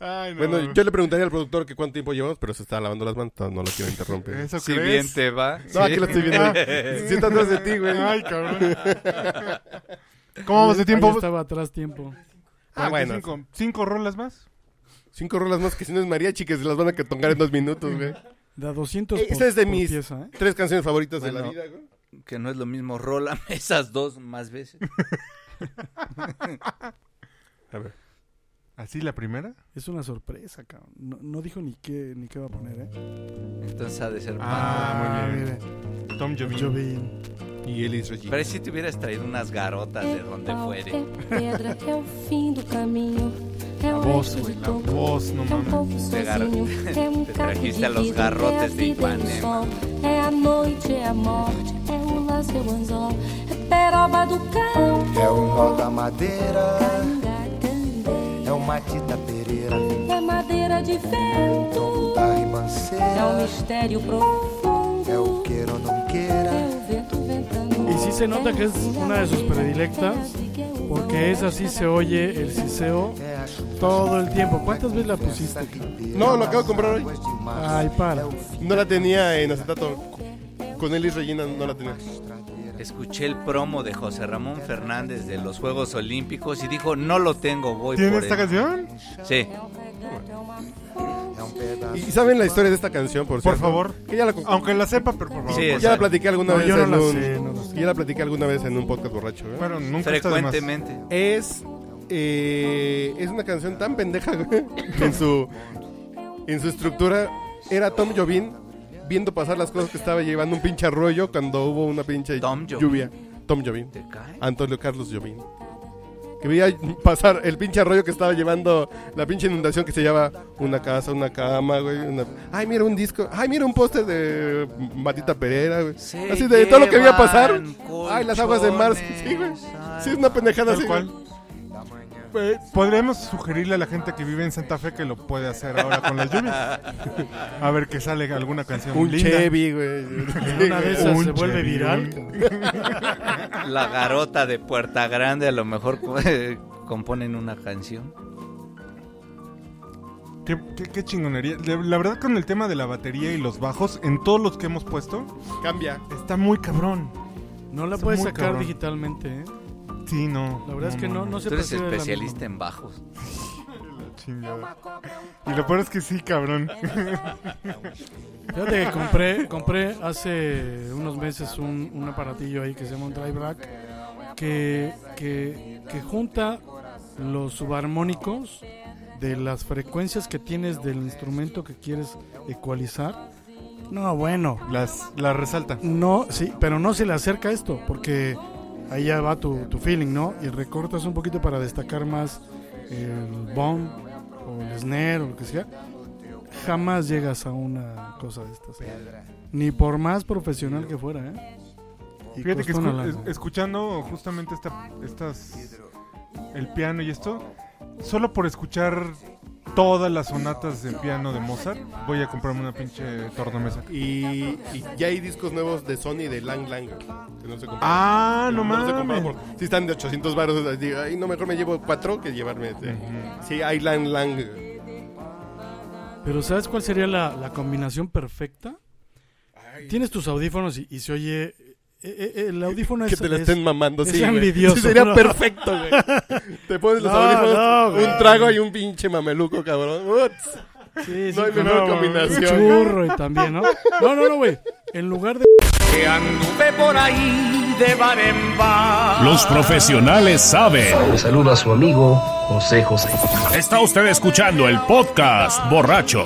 Speaker 3: Ay, no.
Speaker 2: Bueno, yo le preguntaría al productor que cuánto tiempo llevamos, pero se está lavando las manos, no lo quiero interrumpir.
Speaker 3: ¿Eso
Speaker 1: Si
Speaker 3: crees?
Speaker 1: bien te va.
Speaker 2: No, aquí lo estoy viendo.
Speaker 3: Ah.
Speaker 2: Siento atrás de ti, güey.
Speaker 3: Ay, cabrón. ¿Cómo vamos de
Speaker 4: Ahí
Speaker 3: tiempo?
Speaker 4: estaba atrás tiempo.
Speaker 2: Ah, bueno.
Speaker 3: Cinco, cinco rolas más.
Speaker 2: Cinco rolas más que si no es mariachi, que se las van a que tongar en dos minutos, güey.
Speaker 4: De a 200
Speaker 2: Eh,
Speaker 4: por,
Speaker 2: esa es de
Speaker 4: por
Speaker 2: mis
Speaker 4: pieza, ¿eh?
Speaker 2: tres canciones favoritas de la
Speaker 1: Bueno.
Speaker 2: vida, güey.
Speaker 1: que no es lo mismo, rólame esas dos más veces.
Speaker 2: A ver.
Speaker 3: ¿Así la primera?
Speaker 4: Es una sorpresa, cabrón. No, no dijo ni qué, ni qué va a poner, ¿eh?
Speaker 1: Entonces ha de ser malo.
Speaker 3: Ah, muy bien.
Speaker 4: mire.
Speaker 3: Tom Jovi.
Speaker 4: Yo vi.
Speaker 2: Y Elis Regina.
Speaker 1: Pero si te hubieras traído unas garotas de donde fuere.
Speaker 8: É pedra, é o fim do caminho. É
Speaker 3: La
Speaker 8: o
Speaker 3: voz,
Speaker 8: resto
Speaker 3: güey,
Speaker 8: de
Speaker 3: la
Speaker 8: todo.
Speaker 3: voz, no
Speaker 8: É um
Speaker 3: mames.
Speaker 8: pouco
Speaker 1: Te gar-
Speaker 8: sozinho. É um
Speaker 1: te
Speaker 8: caco de
Speaker 1: trajiste a los
Speaker 8: vidro. É a
Speaker 1: garrotes de
Speaker 8: vida e o
Speaker 1: Ipanema.
Speaker 8: sol. É a noite, é a morte. É o laço, é o anzol. É peroba do campo.
Speaker 10: É o nó da madeira,
Speaker 8: Cangacandé.
Speaker 10: é o Matita Pereira,
Speaker 8: É madeira de vento.
Speaker 10: da
Speaker 8: É um
Speaker 10: ribanceira,
Speaker 8: mistério profundo.
Speaker 10: é o queira ou não
Speaker 8: É
Speaker 10: queira.
Speaker 8: o vento ventando.
Speaker 4: Y sí se nota que es una de sus predilectas, porque es así se oye el siseo
Speaker 10: É a chuva
Speaker 4: todo el tiempo. ¿Cuántas veces la pusiste?
Speaker 10: ribeira,
Speaker 2: No, lo acabo de comprar hoy.
Speaker 10: águas de março,
Speaker 4: Ay, para.
Speaker 2: No la tenía en acetato. Con Elis Regina no la tenía.
Speaker 10: estradeira.
Speaker 1: Escuché el promo de José Ramón Fernández de los Juegos Olímpicos y dijo, no lo tengo, voy
Speaker 3: ¿Tiene
Speaker 1: por
Speaker 3: esta
Speaker 1: él".
Speaker 3: canción?
Speaker 1: Sí.
Speaker 8: um
Speaker 10: É um
Speaker 4: Ah,
Speaker 10: pedaço
Speaker 2: ¿Y saben la historia de esta canción, por cierto?
Speaker 3: favor.
Speaker 2: Que ya la, con-
Speaker 3: Aunque la sepa, pero por favor.
Speaker 1: Sí,
Speaker 2: ya la
Speaker 1: exacto.
Speaker 2: platiqué alguna
Speaker 4: No,
Speaker 2: vez
Speaker 4: yo no
Speaker 2: en
Speaker 4: la
Speaker 2: un...
Speaker 4: sé, no la sé.
Speaker 2: Ya la platiqué alguna vez en un podcast borracho, ¿eh? güey.
Speaker 3: Bueno, nunca está de más.
Speaker 1: Frecuentemente.
Speaker 2: es eh, es una canción tan pendeja güey, que en su, en su estructura era Tom Jobin viendo pasar las cosas que estaba llevando un pinche arroyo cuando hubo una pinche
Speaker 1: Tom Jobim.
Speaker 2: lluvia. Tom Jobin.
Speaker 1: ¿Te cae?
Speaker 2: Antonio Carlos Jobin. Que veía pasar el pinche arroyo que estaba llevando la pinche inundación que se llevaba una casa, una cama, güey. una- Ay, mira un disco. Ay, mira un póster de Matita Pereira, güey.
Speaker 1: Se
Speaker 2: Así de todo lo que veía pasar.
Speaker 1: llevan
Speaker 2: Ay, las aguas de mar.
Speaker 1: colchones
Speaker 2: Sí, güey.
Speaker 1: al-
Speaker 2: Sí, es una pendejada
Speaker 3: Tal
Speaker 2: así.
Speaker 3: cual.
Speaker 2: güey.
Speaker 3: Eh, Podríamos sugerirle a la gente que vive en Santa Fe que lo puede hacer ahora con las lluvias. A ver que sale alguna canción
Speaker 2: Un
Speaker 3: linda.
Speaker 2: Chevy, güey.
Speaker 4: Una de esas
Speaker 3: Un
Speaker 4: se vuelve
Speaker 3: Chevy.
Speaker 4: viral.
Speaker 1: La garota de Puerta Grande a lo mejor co- componen una canción.
Speaker 3: Qué, qué- qué chingonería. La, la verdad con el tema de la batería y los bajos, en todos los que hemos puesto,
Speaker 2: Cambia.
Speaker 3: está muy cabrón.
Speaker 4: No la
Speaker 3: Es
Speaker 4: puedes
Speaker 3: muy
Speaker 4: sacar
Speaker 3: cabrón.
Speaker 4: digitalmente, ¿eh?
Speaker 3: Sí, no.
Speaker 4: La verdad es que no, no se
Speaker 1: Tú eres
Speaker 4: percibe de la
Speaker 1: especialista
Speaker 4: misma
Speaker 1: en bajos.
Speaker 3: Chingada.
Speaker 8: é um
Speaker 3: Y lo peor es que sí, cabrón.
Speaker 4: manera. Fíjate que compré, compré hace unos meses un, un aparatillo ahí que se llama un Dry Rack que, que, que junta los subarmónicos de las frecuencias que tienes del instrumento que quieres ecualizar. No, bueno,
Speaker 3: Las, las resalta.
Speaker 4: No, sí, pero no se le acerca esto, porque ahí ya va tu, tu feeling, ¿no? Y recortas un poquito para destacar más el bomb o el snare o lo que sea. Jamás llegas a una cosa de estas. ¿eh? Ni por más profesional que fuera, ¿eh? Y
Speaker 3: Fíjate que
Speaker 4: cuesta una
Speaker 3: escu-
Speaker 4: lana.
Speaker 3: es- escuchando justamente esta, estas. El piano y esto. Solo por escuchar todas las sonatas de piano de Mozart, voy a comprarme una pinche tornamesa.
Speaker 2: Y, y ya hay discos nuevos de Sony de Lang Lang. güey, Que no se compraron.
Speaker 3: Ah, no
Speaker 2: se compraron
Speaker 3: mames.
Speaker 2: por- Si están de 800 baros, digo, ay, no, mejor me llevo cuatro que llevarme. este.
Speaker 3: Ujú.
Speaker 2: Sí, hay Lang Lang. güey.
Speaker 4: Pero ¿sabes cuál sería la, la combinación perfecta? Tienes tus audífonos y, y se oye... eh, eh, eh, el audífono
Speaker 2: Que
Speaker 4: es-
Speaker 2: te la
Speaker 4: es-
Speaker 2: estén mamando,
Speaker 4: es
Speaker 2: sí, güey.
Speaker 4: envidioso.
Speaker 2: Sí, sería
Speaker 4: No.
Speaker 2: perfecto, güey. Te pones los
Speaker 4: No, no,
Speaker 2: audífonos,
Speaker 4: güey.
Speaker 2: un trago y un pinche mameluco, cabrón. Uts,
Speaker 4: Sí, sí,
Speaker 2: no hay
Speaker 4: con
Speaker 2: mejor
Speaker 3: no,
Speaker 4: un
Speaker 2: combinación.
Speaker 4: churro y también, ¿no? No, no, no, güey. En lugar de...
Speaker 5: Los profesionales saben.
Speaker 10: Le saluda su amigo José José.
Speaker 5: Está usted escuchando el podcast borracho.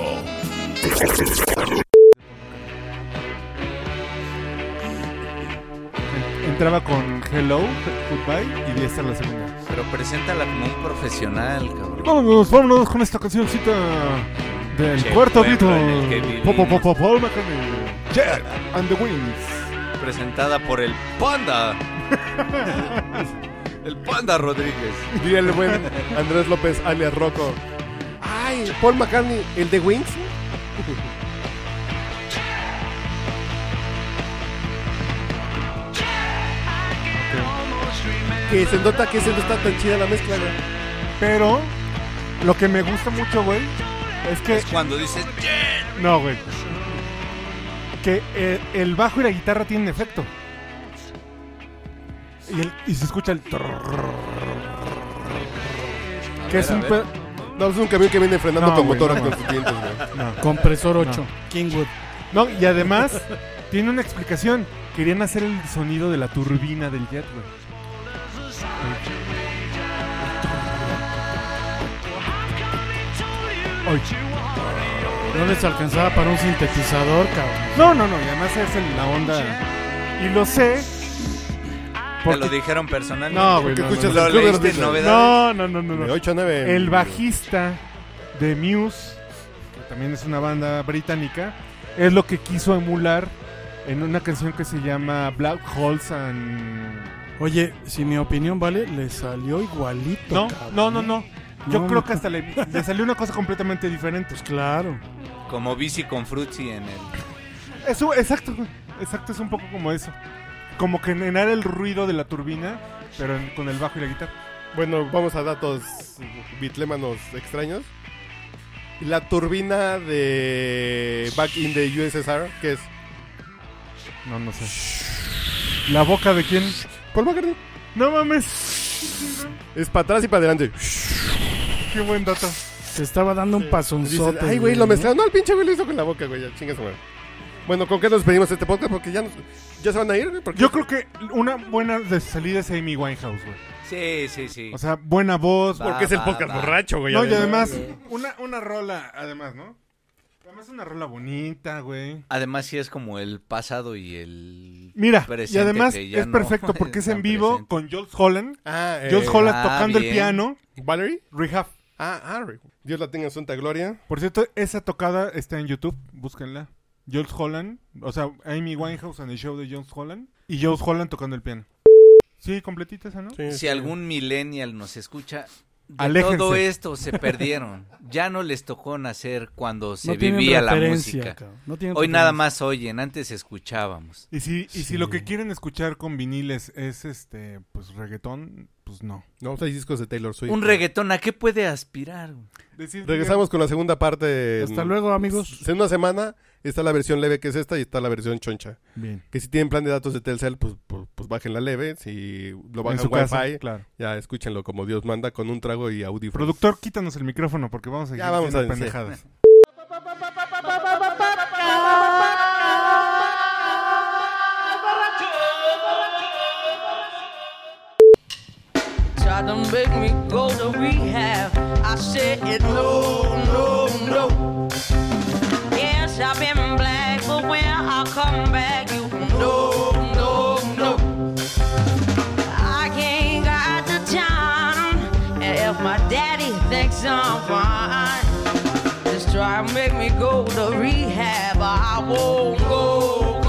Speaker 3: Entraba con Hello, Goodbye y esta es la segunda.
Speaker 1: Pero preséntala como un profesional, cabrón.
Speaker 3: Vámonos, vámonos con esta cancioncita del
Speaker 1: Che,
Speaker 3: cuarto
Speaker 1: pueblo
Speaker 3: Beatle.
Speaker 1: en el que vivimos.
Speaker 3: Po, po, po, po, Paul McCartney. Jet and the Wings.
Speaker 1: Presentada por el Panda. el Panda Rodríguez.
Speaker 2: Diría el buen Andrés López, alias Rocco. Ay, Paul McCartney, el de Wings. Que se nota que se no está tan chida la mezcla, güey.
Speaker 3: Pero lo que me gusta mucho, güey, es que
Speaker 1: Es cuando dices, "Yeah".
Speaker 3: No, güey. Que eh, el bajo y la guitarra tienen efecto. Y, el- y se escucha el... trrrr, que es
Speaker 1: ver,
Speaker 3: un...
Speaker 1: a ver.
Speaker 3: pe-
Speaker 2: No, es un camión que viene frenando
Speaker 3: No,
Speaker 2: con
Speaker 3: güey,
Speaker 2: motora
Speaker 3: no.
Speaker 2: con sus dientes, güey.
Speaker 3: No.
Speaker 4: Compresor 8. Kingwood.
Speaker 3: No, y además tiene una explicación. Querían hacer el sonido de la turbina del jet, güey. Ay.
Speaker 4: No les alcanzaba para un sintetizador, cabrón.
Speaker 3: No, no, no, y además es el- la onda... Y lo sé...
Speaker 1: Te
Speaker 3: porque-
Speaker 1: lo dijeron personalmente.
Speaker 3: No, güey.
Speaker 2: Porque
Speaker 3: no, no,
Speaker 2: escuchas
Speaker 3: no.
Speaker 1: ¿Lo
Speaker 2: el Club de los
Speaker 1: leíste en
Speaker 2: Beatles.
Speaker 1: novedades?
Speaker 3: No, no, no, no. no.
Speaker 2: De 8 a 9.
Speaker 3: El bajista de Muse, que también es una banda británica, es lo que quiso emular en una canción que se llama Black Holes and...
Speaker 4: Oye, si mi opinión vale, le salió igualito.
Speaker 3: No,
Speaker 4: cabrón.
Speaker 3: no, no, no. Yo
Speaker 4: No,
Speaker 3: creo
Speaker 4: no.
Speaker 3: que hasta le, le salió una cosa completamente diferente.
Speaker 4: Pues claro.
Speaker 1: Como bici con Fruitsy en el.
Speaker 3: Eso, exacto, güey. exacto, es un poco como eso. Como que enar el ruido de la turbina, pero en- con el bajo y la guitarra.
Speaker 2: Bueno, vamos a datos bitlémanos extraños. La turbina de Back in the USSR, que es
Speaker 3: No, no sé. ¿La boca de quién?
Speaker 2: Paul McCartney.
Speaker 3: No mames.
Speaker 2: Es para atrás y para adelante.
Speaker 3: Qué buen dato.
Speaker 4: Se estaba dando un pasonzote.
Speaker 2: Dices, ay, güey, lo mezclaron. No, el pinche güey lo hizo con la boca, güey. Ya, chingas, güey. Bueno, ¿con qué nos pedimos este podcast? Porque ya, nos- ya se van a ir, güey. Porque
Speaker 3: Yo creo que una buena de salida es Amy Winehouse, güey.
Speaker 1: Sí, sí, sí.
Speaker 3: O sea, buena voz.
Speaker 1: Va,
Speaker 2: Porque es el
Speaker 1: va,
Speaker 2: podcast
Speaker 1: va.
Speaker 2: borracho, güey.
Speaker 3: no, y
Speaker 2: además.
Speaker 3: además, una, una rola, además, ¿no? Además, una rola bonita, güey.
Speaker 1: Además, sí es como el pasado y el.
Speaker 3: Mira, y
Speaker 1: presente
Speaker 3: además
Speaker 1: que ya
Speaker 3: es
Speaker 1: no
Speaker 3: perfecto porque es
Speaker 1: están
Speaker 3: en vivo
Speaker 1: presentes.
Speaker 3: con Jules Holland.
Speaker 2: Ah, eh,
Speaker 3: Jules Holland
Speaker 1: ah,
Speaker 3: tocando el
Speaker 1: bien.
Speaker 3: piano.
Speaker 2: ¿Valerie?
Speaker 3: Rehab.
Speaker 2: Ah, ah, re- Dios la tenga en santa gloria.
Speaker 3: Por cierto, esa tocada está en YouTube, búsquenla. Jules Holland, o sea, Amy Winehouse and the Show de Jules Holland y Jules Holland tocando el piano. Sí, completita esa, ¿no?
Speaker 1: Si algún millennial nos escucha, de
Speaker 3: Aléjense.
Speaker 1: todo esto se perdieron. Ya no les tocó nacer cuando se
Speaker 4: no tienen
Speaker 1: vivía la
Speaker 4: referencia,
Speaker 1: música.
Speaker 4: cabrón, no tienen
Speaker 1: Hoy nada
Speaker 4: referencia.
Speaker 1: más oyen, antes escuchábamos.
Speaker 3: Y si, y
Speaker 4: Sí.
Speaker 3: si lo que quieren escuchar con viniles es este, pues reggaetón, pues no.
Speaker 2: No, hay discos de Taylor Swift.
Speaker 1: Un reggaetón, ¿a qué puede aspirar? güey?
Speaker 3: Decir-
Speaker 2: Regresamos con la segunda parte.
Speaker 4: Hasta luego, amigos.
Speaker 2: En una semana está la versión leve que es esta y está la versión choncha.
Speaker 3: Bien.
Speaker 2: Que si tienen plan de datos de Telcel, pues, pues, pues bajen la leve. Si lo
Speaker 3: En
Speaker 2: bajan
Speaker 3: su
Speaker 2: Wi-Fi, Pues,
Speaker 3: casa, claro.
Speaker 2: ya escúchenlo como Dios manda con un trago y audífonos.
Speaker 3: Productor, quítanos el micrófono porque vamos a seguir
Speaker 2: Ya vamos
Speaker 3: haciendo
Speaker 2: a- sí.
Speaker 3: pendejadas.
Speaker 10: Try to make me go to rehab. I said no, no, no. Yes, I've been black, but when I come back, you no, no, no. I ain't got the time, and if my daddy thinks I'm fine, just try to make me go to rehab. I won't go,